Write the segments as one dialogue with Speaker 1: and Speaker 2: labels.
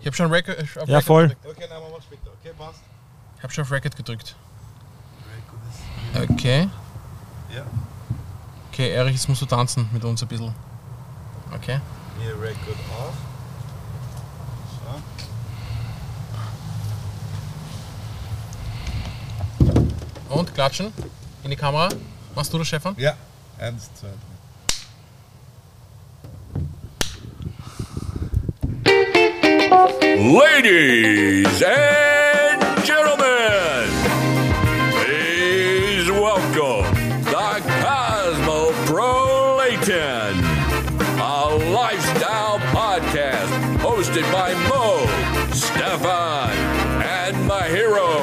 Speaker 1: Ich habe schon Record. Ich hab
Speaker 2: Ja,
Speaker 1: Record
Speaker 2: voll.
Speaker 1: gedrückt.
Speaker 3: Okay, nein, machen wir später. Okay, passt.
Speaker 1: Ich habe schon auf Record gedrückt.
Speaker 3: Record ist
Speaker 1: Okay.
Speaker 3: Ja.
Speaker 1: Okay, Erich, jetzt musst du tanzen mit uns ein bisschen. Okay.
Speaker 3: hier Record auf. So.
Speaker 1: Und klatschen in die Kamera. Machst du das, Stefan?
Speaker 3: Ja, eins, zwei, drei.
Speaker 4: Ladies and gentlemen, please welcome the Cosmo Pro Layton, a lifestyle podcast hosted by Mo, Stefan, and Mahiro.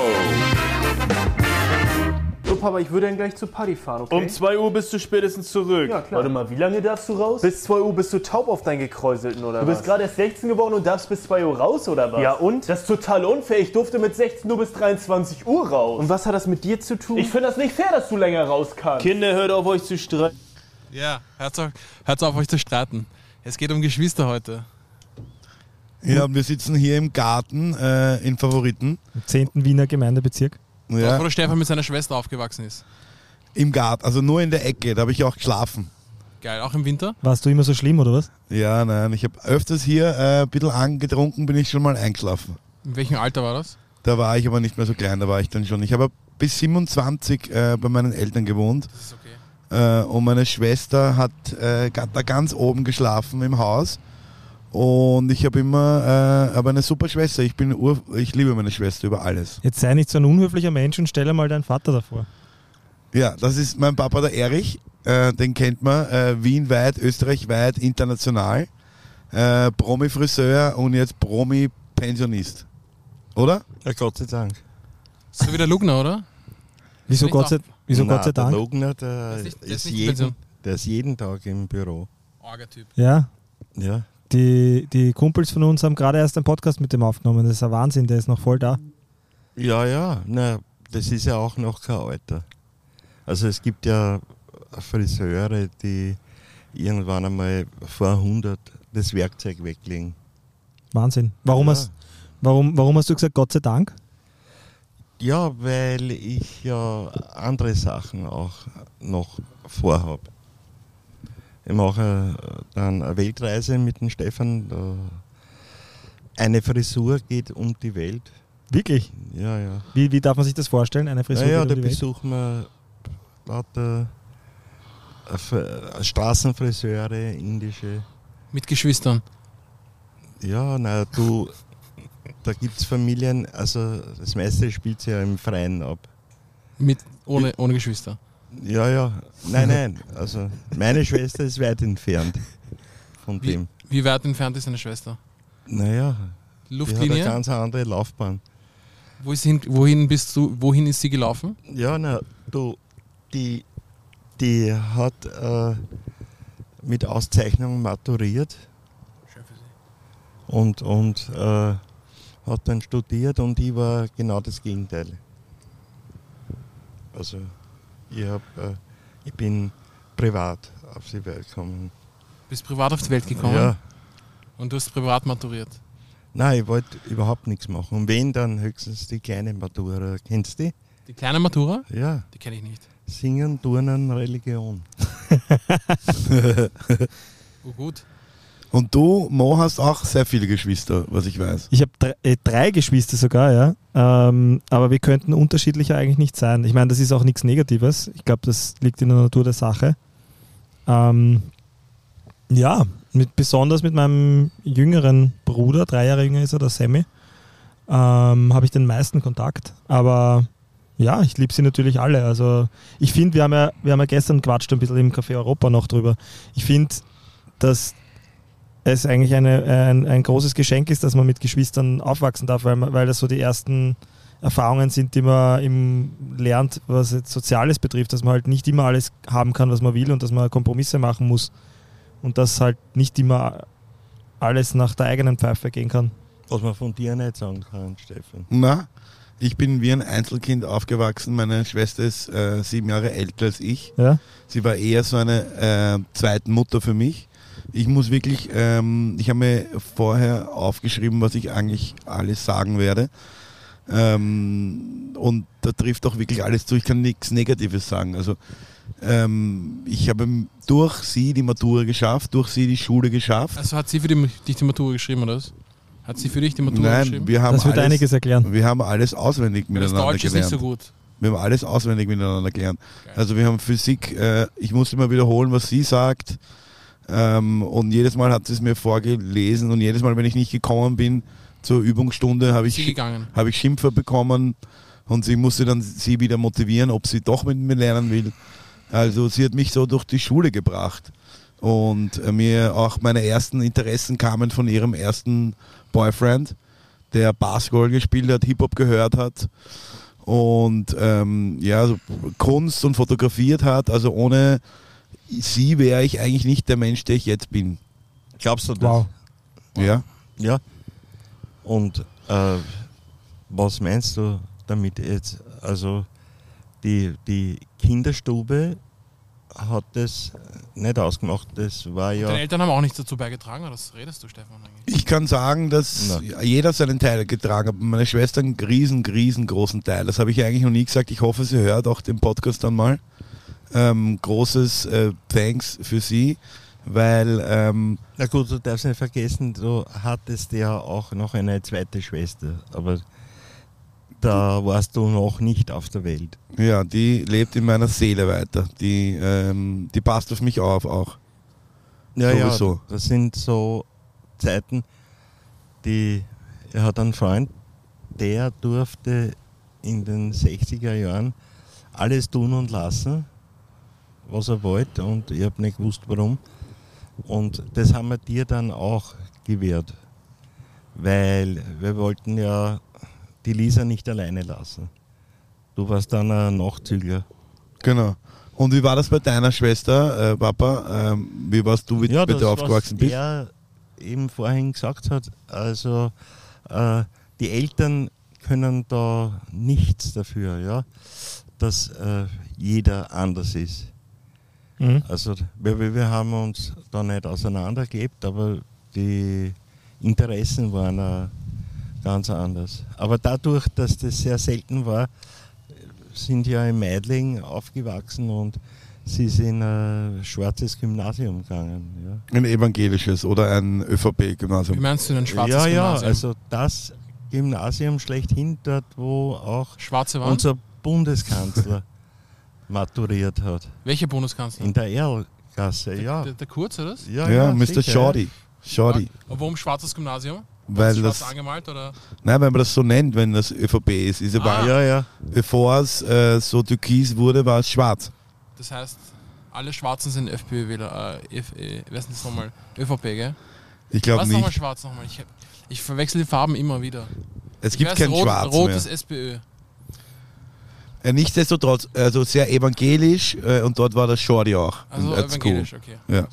Speaker 5: So, Papa, ich würde dann gleich zur Party fahren, okay?
Speaker 6: Um 2 Uhr bist du spätestens zurück.
Speaker 5: Ja, klar.
Speaker 6: Warte mal, wie lange darfst du raus?
Speaker 5: bis 2 Uhr bist du taub auf deinen Gekräuselten, oder
Speaker 6: du bist gerade erst 16 geworden und darfst bis 2 Uhr raus, oder was?
Speaker 5: Ja, und?
Speaker 6: Das ist total unfair. Ich durfte mit 16 nur bis 23 Uhr raus.
Speaker 5: Und was hat das mit dir zu tun?
Speaker 6: ich finde das nicht fair, dass du länger raus kannst. Kinder, hört auf euch zu streiten.
Speaker 1: Ja, hört auf, hört auf euch zu streiten. Es geht um Geschwister heute.
Speaker 7: Ja, und wir sitzen hier im Garten äh, in Favoriten.
Speaker 2: Im 10. Wiener Gemeindebezirk.
Speaker 1: Dort, wo
Speaker 7: Ja,
Speaker 1: der Stefan mit seiner Schwester aufgewachsen ist.
Speaker 7: Im Garten, also nur in der Ecke, da habe ich auch geschlafen.
Speaker 1: Geil, auch im Winter.
Speaker 2: Warst du immer so schlimm, oder was?
Speaker 7: Ja, nein, ich habe öfters hier äh, ein bisschen angetrunken, bin ich schon mal eingeschlafen.
Speaker 1: In welchem Alter war das?
Speaker 7: Da war ich aber nicht mehr so klein, da war ich dann schon. Ich habe bis 27 äh, bei meinen Eltern gewohnt
Speaker 1: Das ist okay.
Speaker 7: äh, und meine Schwester hat äh, ga- da ganz oben geschlafen im Haus. Und ich habe immer, äh, aber eine super Schwester. Ich bin, ur, ich liebe meine Schwester über alles.
Speaker 2: Jetzt sei nicht so ein unhöflicher Mensch und stell mal deinen Vater davor.
Speaker 7: Ja, das ist mein Papa, der Erich. Äh, den kennt man äh, wienweit, österreichweit, international. Äh, Promi-Friseur und jetzt Promi-Pensionist. Oder?
Speaker 8: Ja, Gott sei Dank.
Speaker 1: So wie der Lugner, oder?
Speaker 2: Wieso,
Speaker 1: Nicht
Speaker 2: Gott sei, wieso
Speaker 8: Nein,
Speaker 2: Gott sei
Speaker 8: Der
Speaker 2: Dank?
Speaker 8: Logner, der,
Speaker 1: ist nicht-
Speaker 8: ist,
Speaker 1: der ist nicht Pension.
Speaker 8: jeden, der ist jeden Tag im Büro.
Speaker 1: Orga-Typ.
Speaker 2: Ja,
Speaker 8: Ja.
Speaker 2: die, die Kumpels von uns haben gerade erst einen Podcast mit dem aufgenommen. Das ist ein Wahnsinn, der ist noch voll da.
Speaker 8: Ja, ja. Na, das ist ja auch noch kein Alter. Also es gibt ja Friseure, die irgendwann einmal vor 100 das Werkzeug weglegen.
Speaker 2: Wahnsinn. Warum,
Speaker 8: Ja.
Speaker 2: hast, warum, warum hast du gesagt, Gott sei Dank?
Speaker 8: Ja, weil ich ja andere Sachen auch noch vorhab. Ich mache äh, dann eine Weltreise mit dem Stefan. da- Eine Frisur geht um die Welt.
Speaker 2: Wirklich?
Speaker 8: Ja, ja.
Speaker 2: Wie, wie darf man sich das vorstellen? Eine Frisur?
Speaker 8: naja,
Speaker 2: geht
Speaker 8: da
Speaker 2: um die Welt?
Speaker 8: besuchen wir lauter F- Straßenfriseure, indische.
Speaker 1: Mit Geschwistern.
Speaker 8: Ja, na du, da gibt es Familien, also das meiste spielt sich ja im Freien ab.
Speaker 1: Mit, ohne, ohne Geschwister.
Speaker 8: Ja, ja. Nein, nein. Also meine Schwester ist weit entfernt von
Speaker 1: Wie,
Speaker 8: dem.
Speaker 1: wie weit entfernt ist deine Schwester?
Speaker 8: Naja, die hat eine
Speaker 1: Luftlinie?
Speaker 8: ganz andere Laufbahn.
Speaker 1: Wo ist hin, wohin bist du, wohin ist sie gelaufen?
Speaker 8: Ja, na, du, die, die hat äh, mit Auszeichnung maturiert
Speaker 1: Schön für sie.
Speaker 8: und, und äh, hat dann studiert und ich war genau das Gegenteil. Also ich, hab, äh, ich bin privat auf sie Welt gekommen.
Speaker 1: Bist privat auf die Welt gekommen
Speaker 8: Ja.
Speaker 1: und du hast privat maturiert.
Speaker 8: Nein, ich wollte überhaupt nichts machen. Und wenn, dann höchstens die kleine Matura. Kennst du
Speaker 1: Die kleine Matura,
Speaker 8: die? Ja.
Speaker 1: die kenne ich nicht.
Speaker 8: Singen, Turnen, Religion.
Speaker 1: Oh gut.
Speaker 7: Und du, Mo, hast auch sehr viele Geschwister, was ich weiß.
Speaker 2: Ich habe drei, äh, drei Geschwister sogar, ja. Ähm, aber wir könnten unterschiedlicher eigentlich nicht sein. Ich meine, das ist auch nichts Negatives. Ich glaube, das liegt in der Natur der Sache. Ähm, ja, mit, besonders mit meinem jüngeren Bruder, drei Jahre jünger ist er, der Sammy, ähm, habe ich den meisten Kontakt. Aber ja, ich liebe sie natürlich alle. Also ich finde, wir, haben ja, wir haben ja gestern quatscht ein bisschen im Café Europa noch drüber. Ich finde, dass es eigentlich eine, ein, ein großes Geschenk ist, dass man mit Geschwistern aufwachsen darf, weil, man- weil das so die ersten Erfahrungen sind, die man im lernt, was jetzt Soziales betrifft, dass man halt nicht immer alles haben kann, was man will und dass man Kompromisse machen muss und dass halt nicht immer alles nach der eigenen Pfeife gehen kann.
Speaker 8: Was man von dir nicht sagen kann, Stefan.
Speaker 7: Na? Ich bin wie ein Einzelkind aufgewachsen. Meine Schwester ist äh, sieben Jahre älter als ich.
Speaker 2: Ja?
Speaker 7: Sie war eher so eine äh, zweite Mutter für mich. Ich muss wirklich, ähm, ich habe mir vorher aufgeschrieben, was ich eigentlich alles sagen werde. Ähm, und da trifft auch wirklich alles zu. Ich kann nichts Negatives sagen. Also ähm, ich habe durch sie die Matura geschafft, durch sie die Schule geschafft.
Speaker 1: Also hat sie für die, dich die Matura geschrieben, oder was? Hat sie für dich die Matura
Speaker 7: Nein,
Speaker 1: geschrieben?
Speaker 7: wir haben
Speaker 2: Das wird
Speaker 7: alles,
Speaker 2: einiges erklären.
Speaker 7: wir haben alles auswendig
Speaker 1: Weil das
Speaker 7: miteinander
Speaker 1: Deutsch ist
Speaker 7: gelernt.
Speaker 1: nicht so gut.
Speaker 7: Wir haben alles auswendig miteinander gelernt. Also wir haben Physik, äh, ich musste immer wiederholen, was sie sagt. Ähm, und jedes Mal hat sie es mir vorgelesen und jedes Mal, wenn ich nicht gekommen bin zur Übungsstunde, habe
Speaker 1: Sie
Speaker 7: ich,
Speaker 1: gegangen.
Speaker 7: habe ich Schimpfer bekommen und sie musste dann sie wieder motivieren, ob sie doch mit mir lernen will. Also sie hat mich so durch die Schule gebracht. Und äh, mir auch meine ersten Interessen kamen von ihrem ersten Boyfriend, der Basketball gespielt hat, Hip-Hop gehört hat und ähm, ja, so Kunst und fotografiert hat. Also ohne sie wäre ich eigentlich nicht der Mensch, der ich jetzt bin.
Speaker 8: Glaubst du das?
Speaker 2: Wow.
Speaker 7: Ja.
Speaker 8: Ja. Und äh, was meinst du damit jetzt? Also die, die Kinderstube hat das nicht ausgemacht. Das war ja.
Speaker 1: Deine Eltern haben auch nichts dazu beigetragen, oder was redest du, Stefan? Eigentlich?
Speaker 7: Ich kann sagen, dass jeder seinen Teil getragen hat. Meine Schwester einen riesen, riesengroßen Teil. Das habe ich eigentlich noch nie gesagt. Ich hoffe, sie hört auch den Podcast dann mal. Ähm, großes äh, Thanks für sie, weil ähm,
Speaker 8: Na gut, du darfst nicht vergessen, du hattest ja auch noch eine zweite Schwester, aber da warst du noch nicht auf der Welt.
Speaker 7: ja, die lebt in meiner Seele weiter. Die, ähm, die passt auf mich auf auch.
Speaker 8: Ja,
Speaker 7: Sowieso.
Speaker 8: ja, das sind so Zeiten, die er hat einen Freund, der durfte in den 60er Jahren alles tun und lassen, was er wollte und ich habe nicht gewusst warum. Und das haben wir dir dann auch gewährt, weil wir wollten ja die Lisa nicht alleine lassen. Du warst dann ein Nachzügler.
Speaker 7: Genau. Und wie war das bei deiner Schwester, äh, Papa? Ähm, wie warst du, mit,
Speaker 8: ja,
Speaker 7: mit
Speaker 8: das,
Speaker 7: der aufgewachsen
Speaker 8: was
Speaker 7: bist?
Speaker 8: er eben vorhin gesagt hat, also äh, die Eltern können da nichts dafür, ja, dass äh, jeder anders ist.
Speaker 2: Mhm.
Speaker 8: Also wir, wir- wir haben uns da nicht auseinandergelebt, aber die Interessen waren äh, ganz anders. Aber dadurch, dass das sehr selten war, sind ja in Meidling aufgewachsen und sie ist in ein schwarzes Gymnasium gegangen. Ja.
Speaker 7: Ein evangelisches oder ein
Speaker 1: Wie
Speaker 7: ÖVP-Gymnasium?
Speaker 1: meinst du denn ein schwarzes
Speaker 8: ja,
Speaker 1: Gymnasium?
Speaker 8: ja, also das Gymnasium schlechthin, dort wo auch
Speaker 1: Schwarze waren?
Speaker 8: unser Bundeskanzler maturiert hat.
Speaker 1: Welcher Bundeskanzler?
Speaker 8: In der Erlgasse, ja.
Speaker 1: Der, der Kurz, oder was?
Speaker 7: Ja, Mr.
Speaker 8: sicher, ja.
Speaker 7: Shorty. Shorty.
Speaker 1: Aber warum schwarzes Gymnasium?
Speaker 7: Weil
Speaker 1: Schwarz
Speaker 7: das,
Speaker 1: angemalt, oder?
Speaker 7: nein, wenn man das so nennt, wenn das ÖVP ist. ist
Speaker 1: Ah.
Speaker 7: ah.
Speaker 8: Ja, ja.
Speaker 7: Bevor es äh, so türkis wurde, war es schwarz.
Speaker 1: Das heißt, alle Schwarzen sind FPÖ-Wähler. Äh, F- äh, wer ist denn das nochmal? ÖVP, gell?
Speaker 7: Ich glaube
Speaker 1: Was nochmal
Speaker 7: nicht.
Speaker 1: schwarz nochmal? Ich, hab- ich verwechsel die Farben immer wieder.
Speaker 7: Es
Speaker 1: Ich
Speaker 7: gibt
Speaker 1: weiß,
Speaker 7: kein
Speaker 1: rot,
Speaker 7: Schwarz
Speaker 1: Rot
Speaker 7: mehr.
Speaker 1: ist SPÖ.
Speaker 7: Äh, nichtsdestotrotz, also sehr evangelisch äh, und dort war das Shorty auch.
Speaker 1: Also
Speaker 7: at school.
Speaker 1: evangelisch, okay.
Speaker 7: Ja.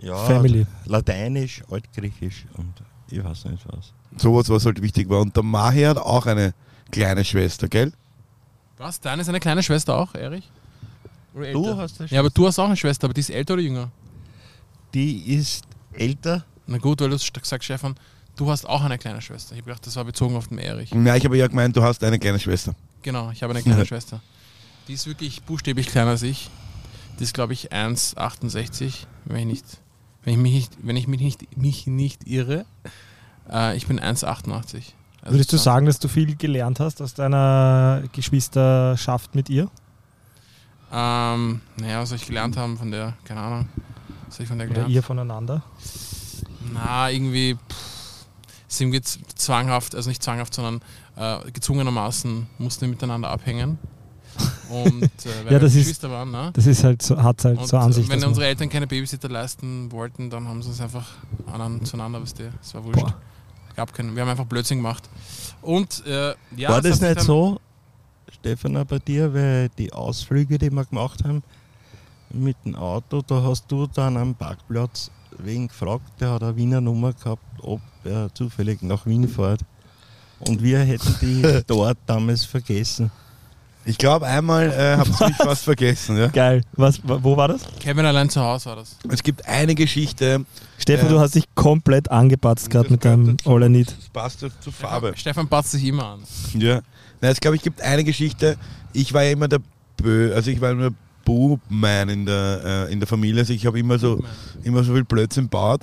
Speaker 8: ja.
Speaker 2: Family.
Speaker 8: Lateinisch, Altgriechisch und ich weiß nicht was.
Speaker 7: Sowas, was halt wichtig war. Und der Mahi hat auch eine kleine Schwester, gell?
Speaker 1: Was? Deine ist eine kleine Schwester auch, Erich? Oder älter?
Speaker 8: hast das
Speaker 1: ja, aber du hast auch eine Schwester, aber die ist älter oder jünger?
Speaker 8: Die ist älter.
Speaker 1: Na gut, weil du st- sagst, Stefan, du hast auch eine kleine Schwester. Ich habe gedacht, das war bezogen auf den Erich.
Speaker 7: Nein, ich habe ja gemeint, du hast eine kleine Schwester.
Speaker 1: Genau, ich habe eine kleine
Speaker 7: Ja.
Speaker 1: Schwester. Die ist wirklich buchstäblich kleiner als ich. Die ist, glaube ich, 1,68, wenn ich nicht, wenn ich mich nicht, wenn ich mich nicht, mich nicht irre. Äh, ich bin 1,88. Also
Speaker 2: Würdest du
Speaker 1: so-
Speaker 2: sagen, dass du viel gelernt hast aus deiner Geschwisterschaft mit ihr?
Speaker 1: Ähm, naja, was soll ich gelernt haben von der? Keine Ahnung. Was soll ich von der
Speaker 2: Oder
Speaker 1: gelernt?
Speaker 2: ihr voneinander?
Speaker 1: Na, irgendwie pff, ist irgendwie z- zwanghaft, also nicht zwanghaft, sondern äh, gezwungenermaßen mussten wir miteinander abhängen. Und äh, weil
Speaker 2: Ja,
Speaker 1: wir
Speaker 2: das ist-
Speaker 1: Geschwister waren, ne?
Speaker 2: Das ist halt so, hat halt
Speaker 1: Und
Speaker 2: zur Ansicht.
Speaker 1: wenn
Speaker 2: dass man-
Speaker 1: unsere Eltern keine Babysitter leisten wollten, dann haben sie uns einfach anan- zueinander, weißt du, es war wurscht.
Speaker 2: Boah.
Speaker 1: Gab keinen, wir haben einfach Blödsinn gemacht. Und äh, ja, es
Speaker 8: War
Speaker 1: hat
Speaker 8: das
Speaker 1: sich
Speaker 8: nicht
Speaker 1: dann-
Speaker 8: so, Stefan, auch bei dir, weil die Ausflüge, die wir gemacht haben mit dem Auto, da hast du dann am Parkplatz wen gefragt, der hat eine Wiener Nummer gehabt, ob er zufällig nach Wien fährt. Und wir hätten die dort damals vergessen.
Speaker 7: Ich glaube, einmal äh, habt ihr mich fast vergessen. Ja?
Speaker 2: Geil. Was, wo war das?
Speaker 1: Kevin allein zu Hause war das.
Speaker 7: Es gibt eine Geschichte.
Speaker 2: Stefan,
Speaker 7: Ja.
Speaker 2: du hast dich komplett angepatzt gerade mit deinem All I Need.
Speaker 7: Das passt zur zur Farbe.
Speaker 1: Stefan passt sich immer an.
Speaker 7: Ja. Na, es glaube ich gibt eine Geschichte. Ich war ja immer der Bö, also ich war immer der Boo-Man in der, äh, in der Familie. Also ich habe immer so, immer so viel Blödsinn baut.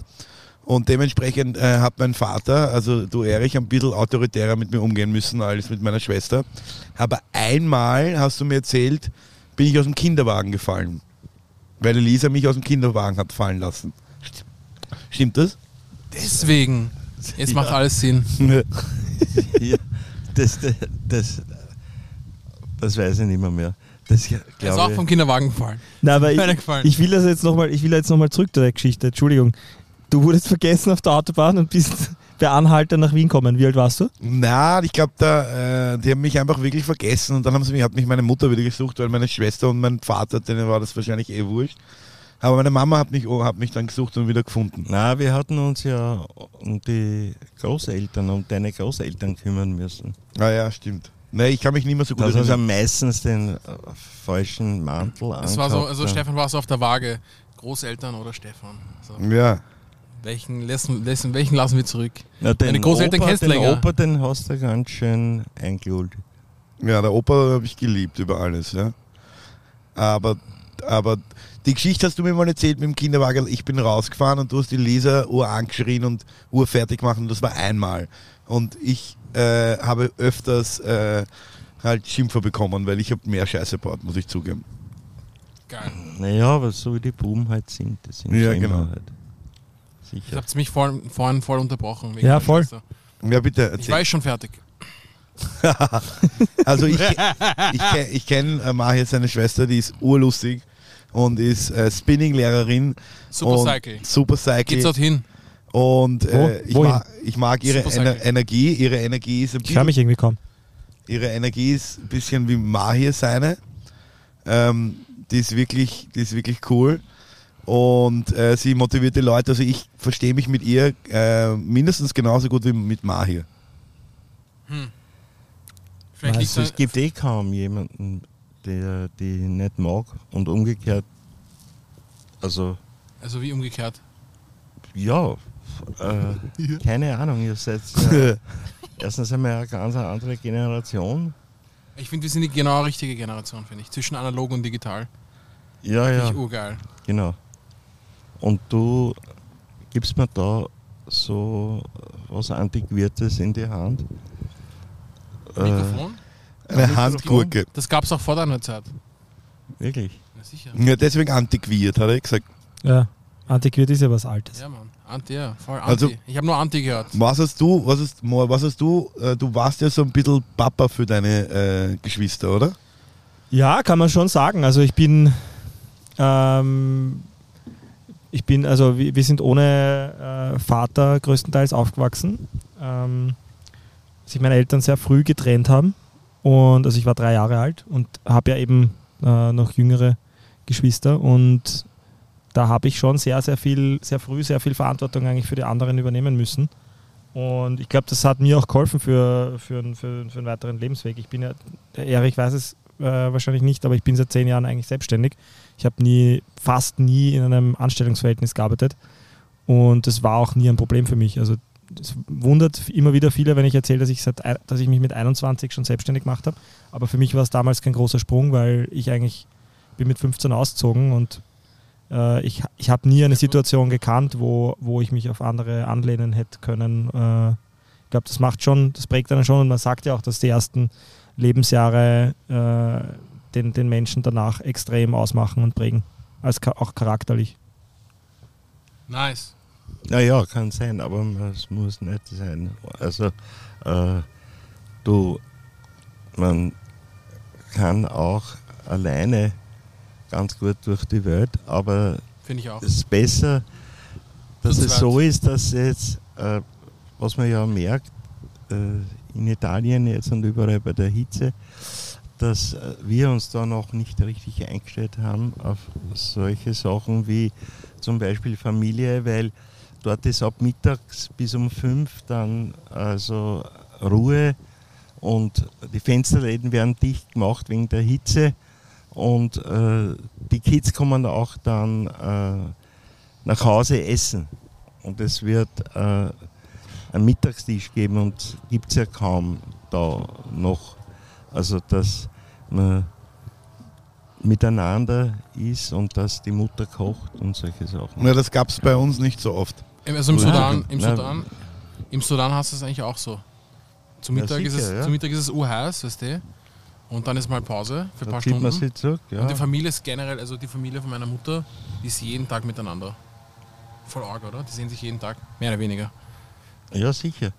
Speaker 7: Und dementsprechend äh, hat mein Vater, also du Erich, ein bisschen autoritärer mit mir umgehen müssen als mit meiner Schwester. Aber einmal, hast du mir erzählt, bin ich aus dem Kinderwagen gefallen. Weil Elisa mich aus dem Kinderwagen hat fallen lassen. Stimmt das?
Speaker 1: Deswegen. Jetzt macht alles Sinn.
Speaker 8: Ja, das, das, das, das weiß ich nicht mehr. mehr. Das
Speaker 1: Er ist auch vom
Speaker 8: glaube
Speaker 1: Kinderwagen gefallen.
Speaker 2: Na, aber ich,
Speaker 1: Mir gefallen.
Speaker 2: ich will das jetzt nochmal, ich will jetzt nochmal zurück zu der Geschichte. Entschuldigung. Du wurdest vergessen auf der Autobahn und bist per Anhalter nach Wien kommen. Wie alt warst du?
Speaker 7: Na, ich glaube, da, äh, die haben mich einfach wirklich vergessen und dann haben sie mich, hat mich meine Mutter wieder gesucht, weil meine Schwester und mein Vater, denen war das wahrscheinlich eh wurscht. Aber meine Mama hat mich, oh, hat mich dann gesucht und wieder gefunden.
Speaker 8: Na, wir hatten uns ja um die Großeltern, um deine Großeltern kümmern müssen.
Speaker 7: Ah ja, stimmt. Nee, ich kann mich nicht mehr so gut
Speaker 8: Das ist
Speaker 7: erinnern.
Speaker 8: am meistens den äh, falschen Mantel
Speaker 1: Das war so, also
Speaker 8: angehabt, ja.
Speaker 1: Stefan war so auf der Waage. Großeltern oder Stefan. So.
Speaker 7: Ja,
Speaker 1: Welchen, lassen, lassen, welchen lassen wir zurück?
Speaker 8: Na, den
Speaker 1: Deine Großeltern
Speaker 8: Opa,
Speaker 1: kennst du
Speaker 8: den
Speaker 1: länger.
Speaker 8: Opa, den hast du ganz schön eingeholt.
Speaker 7: ja, der Opa habe ich geliebt über alles, ja. Aber, aber die Geschichte hast du mir mal erzählt mit dem Kinderwagen. Ich bin rausgefahren und du hast die Leser Uhr angeschrien und Uhr fertig gemacht und das war einmal. Und ich äh, habe öfters äh, halt Schimpfer bekommen, weil ich habe mehr Scheiße gebaut, muss ich zugeben.
Speaker 1: Geil.
Speaker 8: Naja, aber so wie die Buben halt sind, das sind
Speaker 7: Ja,
Speaker 8: sie immer
Speaker 7: genau.
Speaker 8: halt.
Speaker 1: Jetzt
Speaker 8: Sicher.
Speaker 1: habt ihr mich vor, vorhin voll unterbrochen. wegen
Speaker 2: Ja,
Speaker 1: der
Speaker 2: voll.
Speaker 1: Schwester.
Speaker 7: Ja, bitte.
Speaker 1: Ich
Speaker 7: erzähl.
Speaker 1: war eh schon fertig.
Speaker 7: Also ich, ich, ke- ich kenne äh, Mahir, seine Schwester, die ist urlustig und ist äh, Spinning-Lehrerin.
Speaker 1: Supercycle.
Speaker 7: und Supercycle.
Speaker 1: Geht's dorthin?
Speaker 7: Und äh, ich,
Speaker 2: Wohin?
Speaker 7: mag, ich mag ihre
Speaker 1: Supercycle.
Speaker 7: Ener Energie. Ihre Energie ist ein
Speaker 2: Ich höre
Speaker 7: bisschen,
Speaker 2: mich irgendwie kaum.
Speaker 7: ihre Energie ist ein bisschen wie Mahir seine. Ähm, die, ist wirklich, die ist wirklich cool. Und äh, sie motiviert die Leute. Also ich verstehe mich mit ihr äh, mindestens genauso gut wie mit Mahir.
Speaker 1: Vielleicht liegt's
Speaker 8: Also es
Speaker 1: an-
Speaker 8: gibt eh kaum jemanden, der die nicht mag und umgekehrt. Also,
Speaker 1: also wie umgekehrt.
Speaker 8: ja, äh, keine Ahnung, ihr seid ja, erstens einmal eine ganz andere Generation.
Speaker 1: Ich finde, wir sind die genau richtige Generation, finde ich. Zwischen analog und digital.
Speaker 8: Ja,
Speaker 1: Ja.
Speaker 8: ja,
Speaker 1: Ich urgeil.
Speaker 8: genau. Und du gibst mir da so äh, was Antiquiertes in die Hand. Äh,
Speaker 1: Mikrofon?
Speaker 7: Eine Handgurke.
Speaker 1: Das gab's auch vor deiner Zeit.
Speaker 8: wirklich.
Speaker 1: Na sicher.
Speaker 7: Ja, deswegen antiquiert, hat er gesagt.
Speaker 2: Ja. Antiquiert ist ja was Altes.
Speaker 1: Ja, Mann. Anti, ja. Voll Anti.
Speaker 7: Also-
Speaker 1: ich habe nur Anti gehört.
Speaker 7: Was hast du, was hast, Mo, was hast du, äh, du warst ja so ein bisschen Papa für deine äh, Geschwister, oder?
Speaker 2: Ja, kann man schon sagen. Also ich bin, ähm, ich bin, also wir, wir sind ohne äh, Vater größtenteils aufgewachsen. Ähm, sich meine Eltern sehr früh getrennt haben und also ich war drei Jahre alt und habe ja eben äh, noch jüngere Geschwister und da habe ich schon sehr, sehr viel, sehr früh sehr viel Verantwortung eigentlich für die anderen übernehmen müssen. Und ich glaube, das hat mir auch geholfen für, für, einen- für, einen- für einen weiteren Lebensweg. Ich bin ja, der Erich weiß es äh, wahrscheinlich nicht, aber ich bin seit zehn Jahren eigentlich selbstständig. Ich habe nie, fast nie in einem Anstellungsverhältnis gearbeitet und das war auch nie ein Problem für mich. Also es wundert immer wieder viele, wenn ich erzähle, dass ich, seit, ein- dass ich mich mit 21 schon selbstständig gemacht habe. Aber für mich war es damals kein großer Sprung, weil ich eigentlich bin mit 15 ausgezogen und äh, ich, ich habe nie eine Situation gekannt, wo, wo ich mich auf andere anlehnen hätte können. Äh, ich glaube, das macht schon, das prägt einen schon und man sagt ja auch, dass die ersten Lebensjahre äh, den, den Menschen danach extrem ausmachen und prägen. Als ka- auch charakterlich.
Speaker 1: Nice.
Speaker 8: Naja, kann sein, aber es muss nicht sein. Also, äh, du, man kann auch alleine ganz gut durch die Welt, aber
Speaker 1: Finde ich auch.
Speaker 8: es ist besser, dass
Speaker 1: Zu
Speaker 8: es
Speaker 1: zweit.
Speaker 8: so ist, dass jetzt, äh, was man ja merkt, äh, in Italien jetzt und überall bei der Hitze, dass äh, wir uns da noch nicht richtig eingestellt haben auf solche Sachen wie zum Beispiel Familie, weil dort ist ab mittags bis um fünf dann also Ruhe und die Fensterläden werden dicht gemacht wegen der Hitze und äh, die Kids kommen auch dann äh, nach Hause essen und es wird äh, einen Mittagstisch geben und gibt es ja kaum da noch. Also dass man miteinander ist und dass die Mutter kocht und solche Sachen.
Speaker 7: Na, das gab es bei uns nicht so oft.
Speaker 1: Im- Also im
Speaker 8: Ja.
Speaker 1: Sudan, im
Speaker 8: Ja.
Speaker 1: Sudan, im Sudan hast du es eigentlich auch so. Zum
Speaker 8: Ja,
Speaker 1: Mittag, ist,
Speaker 8: sicher,
Speaker 1: es,
Speaker 8: ja.
Speaker 1: zum Mittag ist es urheiß, weißt du? Und dann ist mal Pause für ein
Speaker 8: Da
Speaker 1: paar
Speaker 8: zieht
Speaker 1: Stunden.
Speaker 8: man sich zurück. Ja.
Speaker 1: Und die Familie ist generell, also die Familie von meiner Mutter, die ist jeden Tag miteinander. Voll arg, oder? Die sehen sich jeden Tag, mehr oder weniger.
Speaker 8: ja, sicher.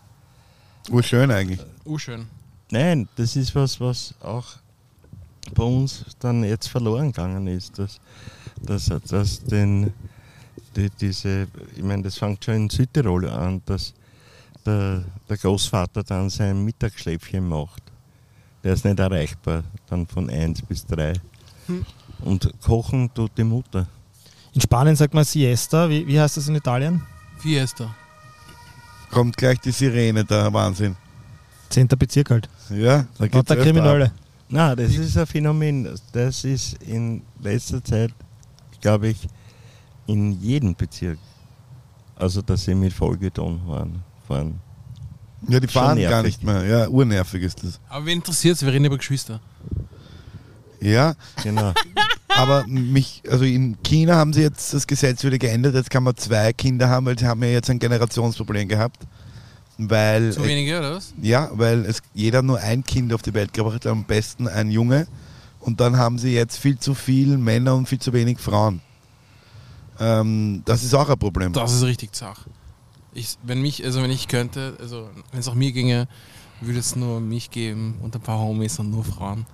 Speaker 7: Urschön eigentlich.
Speaker 1: Urschön.
Speaker 8: Nein, das ist was, was auch bei uns dann jetzt verloren gegangen ist. Dass, dass, dass den, die, diese, ich meine, das fängt schon in Südtirol an, dass der, der Großvater dann sein Mittagsschläfchen macht. Der ist nicht erreichbar, dann von 1 bis 3. Und kochen tut die Mutter.
Speaker 2: In Spanien sagt man Siesta. Wie, wie heißt das in Italien?
Speaker 1: Fiesta.
Speaker 7: Kommt gleich die Sirene, der Wahnsinn.
Speaker 2: 10. Bezirk halt.
Speaker 7: Ja, da geht's
Speaker 2: Lauter
Speaker 7: öfter
Speaker 2: Kriminelle.
Speaker 8: Na, das ist ein Phänomen. Das ist in letzter Zeit, glaube ich, in jedem Bezirk. Also, dass sie mit Folgeton waren.
Speaker 7: ab.
Speaker 8: fahren.
Speaker 7: Ja, die
Speaker 8: Schon
Speaker 7: fahren gar
Speaker 8: nervig.
Speaker 7: nicht mehr. Ja, urnervig ist das.
Speaker 1: Aber wen interessiert es? Wir reden über Geschwister.
Speaker 7: Ja,
Speaker 8: Genau.
Speaker 7: aber mich, also in China haben sie jetzt das Gesetz wieder geändert. Jetzt kann man zwei Kinder haben, weil sie haben ja jetzt ein Generationsproblem gehabt. Weil
Speaker 1: Zu wenige, oder was?
Speaker 7: Ja, weil es jeder nur ein Kind auf die Welt gebracht hat, am besten ein Junge. Und dann haben sie jetzt viel zu viele Männer und viel zu wenig Frauen. Ähm, das ist auch ein Problem.
Speaker 1: Das ist richtig zach. Ich, wenn mich, also wenn ich könnte, also wenn es auch mir ginge, würde es nur mich geben und ein paar Homies und nur Frauen.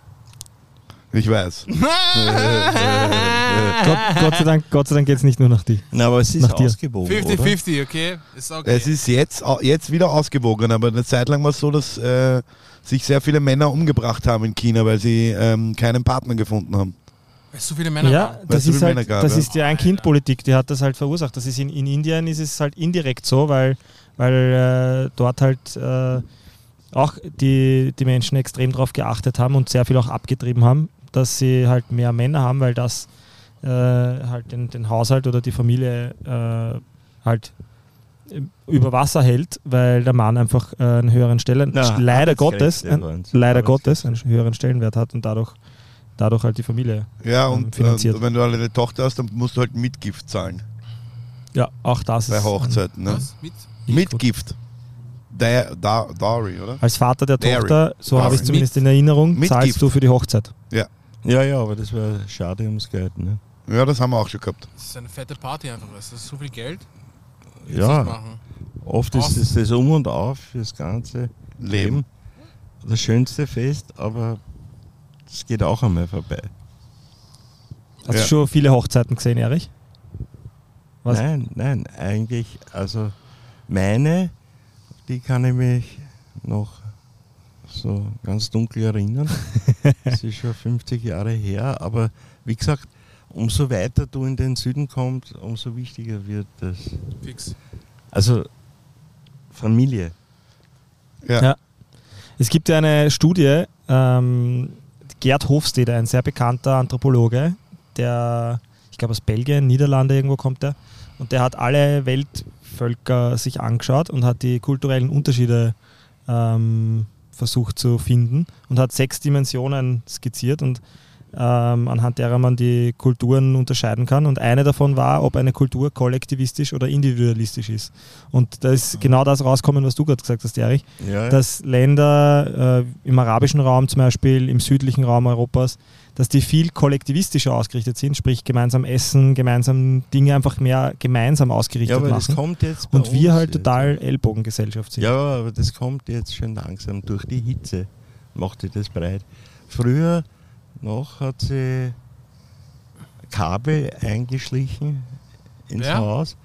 Speaker 7: Ich weiß.
Speaker 2: Gott, Gott sei Dank, Gott sei Dank geht es nicht nur nach die.
Speaker 8: Na, aber es ist
Speaker 2: Nach dir.
Speaker 8: ausgewogen. 50-50.
Speaker 1: 50-50, okay? Ist okay.
Speaker 7: Es ist jetzt, au- jetzt wieder ausgewogen, aber eine Zeit lang war es so, dass äh, sich sehr viele Männer umgebracht haben in China, weil sie ähm, keinen Partner gefunden haben.
Speaker 1: Weil es so viele Männer
Speaker 2: Ja,
Speaker 1: waren.
Speaker 7: Weil es
Speaker 2: das
Speaker 7: so
Speaker 2: ist
Speaker 7: viele Männer
Speaker 2: halt,
Speaker 7: gab,
Speaker 2: das
Speaker 7: ja.
Speaker 2: ist die Ein-Kind-Politik, die hat das halt verursacht. Das ist in, in Indien ist es halt indirekt so, weil, weil äh, dort halt äh, auch die, die Menschen extrem drauf geachtet haben und sehr viel auch abgetrieben haben, dass sie halt mehr Männer haben, weil das äh, halt den, den Haushalt oder die Familie äh, halt äh, über Wasser hält, weil der Mann einfach äh, einen höheren Stellen,
Speaker 8: Na,
Speaker 2: leider Gottes,
Speaker 8: Arbeitskräfte
Speaker 2: ein,
Speaker 8: waren's.
Speaker 2: leider Gottes
Speaker 8: Arbeitskräfte.
Speaker 2: einen höheren Stellenwert hat und dadurch, dadurch halt die Familie
Speaker 7: Ja,
Speaker 2: Ähm,
Speaker 7: und
Speaker 2: finanziert.
Speaker 7: äh, wenn du eine Tochter hast, dann musst du halt Mitgift zahlen
Speaker 2: Ja, auch das
Speaker 7: bei
Speaker 2: ist.
Speaker 7: Hochzeiten. Ne?
Speaker 1: Was? Mit?
Speaker 2: ein-
Speaker 7: Mitgift. Da, da, Dowry, oder?
Speaker 2: Als Vater der
Speaker 7: Dairy.
Speaker 2: Tochter, so habe ich
Speaker 7: Dairy.
Speaker 2: zumindest in Erinnerung,
Speaker 7: Mit
Speaker 2: zahlst
Speaker 7: Gift.
Speaker 2: du für die Hochzeit.
Speaker 8: Ja, ja, aber das war schade ums Geld. Ne?
Speaker 7: Ja, das haben wir auch schon gehabt.
Speaker 1: Das ist eine fette Party einfach, weißt du? Das ist so viel Geld. kannst du nicht
Speaker 8: Ja,
Speaker 1: machen.
Speaker 8: oft ist es das Um und Auf fürs ganze
Speaker 7: Leben.
Speaker 8: Das schönste Fest, aber es geht auch einmal vorbei.
Speaker 2: Hast
Speaker 7: Ja.
Speaker 2: du schon viele Hochzeiten gesehen, Erich? Was?
Speaker 8: Nein, nein, eigentlich, also meine, die kann ich mich noch so ganz dunkel erinnern. das ist schon 50 Jahre her, aber wie gesagt, umso weiter du in den Süden kommst, umso wichtiger wird das.
Speaker 1: Fix.
Speaker 8: Also Familie.
Speaker 7: Ja.
Speaker 2: Ja. Es gibt ja eine Studie, ähm, Gerd Hofstede, ein sehr bekannter Anthropologe, der, ich glaube aus Belgien, Niederlande irgendwo kommt er, und der hat alle Weltvölker sich angeschaut und hat die kulturellen Unterschiede ähm, versucht zu finden und hat sechs Dimensionen skizziert und ähm, anhand derer man die Kulturen unterscheiden kann. Und eine davon war, ob eine Kultur kollektivistisch oder individualistisch ist. Und da ist genau das rauskommen, was du gerade gesagt hast, Erich
Speaker 8: Ja,
Speaker 2: dass Länder äh, im arabischen Raum zum Beispiel, im südlichen Raum Europas, dass die viel kollektivistischer ausgerichtet sind, sprich gemeinsam essen, gemeinsam Dinge einfach mehr gemeinsam
Speaker 8: ja
Speaker 2: ausgerichtet
Speaker 8: aber das
Speaker 2: machen.
Speaker 8: kommt jetzt bei
Speaker 2: Und wir
Speaker 8: uns
Speaker 2: halt
Speaker 8: jetzt.
Speaker 2: total Ellbogengesellschaft sind.
Speaker 8: Ja, aber das kommt jetzt schon langsam durch die Hitze, macht sie das breit. Früher noch hat sie Kabel eingeschlichen ins
Speaker 1: Ja,
Speaker 8: Haus.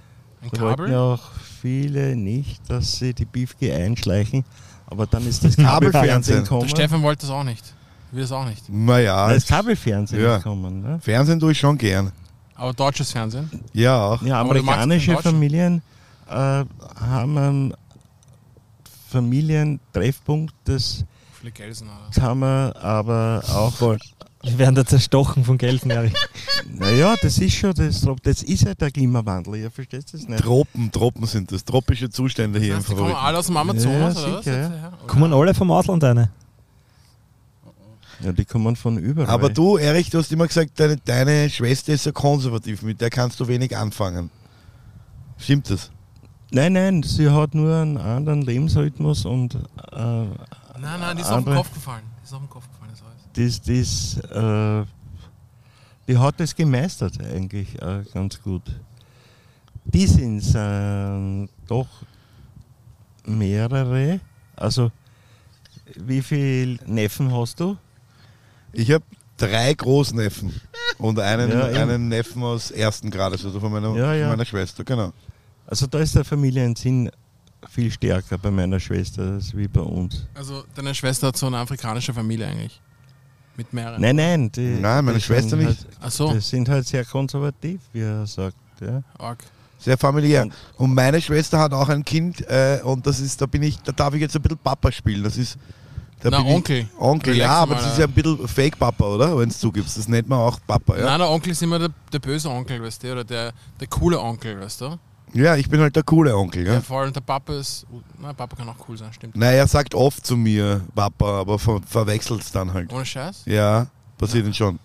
Speaker 1: Ein
Speaker 8: Da wollten
Speaker 1: Kabel?
Speaker 8: ja auch viele nicht, dass sie die BFG einschleichen, aber dann ist das
Speaker 7: Kabelfernsehen.
Speaker 8: Kabelfernsehen
Speaker 1: Der
Speaker 8: gekommen.
Speaker 1: Stefan wollte das auch nicht. Will das auch nicht.
Speaker 7: Naja,
Speaker 8: Da ist
Speaker 7: es-
Speaker 8: Kabelfernsehen
Speaker 7: Ja.
Speaker 8: gekommen. Ne?
Speaker 7: Fernsehen tue ich schon gern.
Speaker 1: Aber deutsches Fernsehen.
Speaker 7: Ja, auch.
Speaker 8: Ja,
Speaker 1: Aber du magst den
Speaker 8: amerikanische
Speaker 1: Deutschen.
Speaker 8: Familien äh, haben am Familientreffpunkt, das
Speaker 1: Flick Elsenhaler.
Speaker 8: kann man aber auch.
Speaker 2: Wir werden da zerstochen von Geld, Erik.
Speaker 8: Naja, das ist schon das, Trop- das ist ja der Klimawandel, ihr versteht das nicht.
Speaker 7: Tropen, Tropen sind das, tropische Zustände hier im
Speaker 1: Das heißt, die kommen
Speaker 7: Verrückten.
Speaker 1: alle aus dem Amazonas,
Speaker 8: Ja,
Speaker 1: oder was?
Speaker 8: sicher, ja.
Speaker 1: Jetzt, ja.
Speaker 2: Kommen alle vom Ausland eine?
Speaker 8: Ja, die kommen von überall.
Speaker 7: Aber du, Erich, du hast immer gesagt, deine, deine Schwester ist so konservativ, mit der kannst du wenig anfangen. Stimmt das?
Speaker 8: Nein, nein, sie hat nur einen anderen Lebensrhythmus und äh,
Speaker 1: Nein, nein, die ist auf den
Speaker 8: Andere-
Speaker 1: Kopf gefallen. Die ist auf den Kopf gefallen, das heißt.
Speaker 8: das, das, äh, die hat das gemeistert eigentlich äh, ganz gut. Die sind äh, doch mehrere. Also, wie viele Neffen hast du?
Speaker 7: Ich habe drei Großneffen und einen,
Speaker 8: Ja, eben.
Speaker 7: einen Neffen aus ersten Grades, also von meiner,
Speaker 8: Ja,
Speaker 7: von
Speaker 8: ja.
Speaker 7: meiner Schwester, genau.
Speaker 8: Also, da ist der Familiensinn viel stärker bei meiner Schwester als wie bei uns.
Speaker 1: Also deine Schwester hat so eine afrikanische Familie eigentlich. Mit mehreren.
Speaker 8: Nein, nein. Die,
Speaker 7: Nein, meine
Speaker 8: die
Speaker 7: Schwester
Speaker 8: sind
Speaker 7: nicht.
Speaker 8: Halt,
Speaker 1: Ach so,
Speaker 8: Die sind halt sehr konservativ, wie er sagt. Ja.
Speaker 1: arg.
Speaker 7: Sehr familiär. Und meine Schwester hat auch ein Kind äh, und das ist, da bin ich, da darf ich jetzt ein bisschen Papa spielen. Das ist da
Speaker 1: Na,
Speaker 7: bin ich-
Speaker 1: Onkel.
Speaker 7: Onkel,
Speaker 1: Relax
Speaker 7: ja, aber
Speaker 1: mal,
Speaker 7: das ist
Speaker 1: ja.
Speaker 7: ja ein bisschen Fake-Papa, oder? Wenn es zugibst. Das nennt man auch Papa, ja.
Speaker 1: Nein, der Onkel ist immer der, der böse Onkel, weißt du, oder der, der coole Onkel, weißt du?
Speaker 7: Ja, ich bin halt der coole Onkel, ja.
Speaker 1: Der vor allem der Papa ist. Na, Papa kann auch cool sein, stimmt.
Speaker 7: Nein, er sagt oft zu mir Papa, aber ver verwechselt es dann halt.
Speaker 1: Ohne Scheiß.
Speaker 7: Ja, passiert denn schon.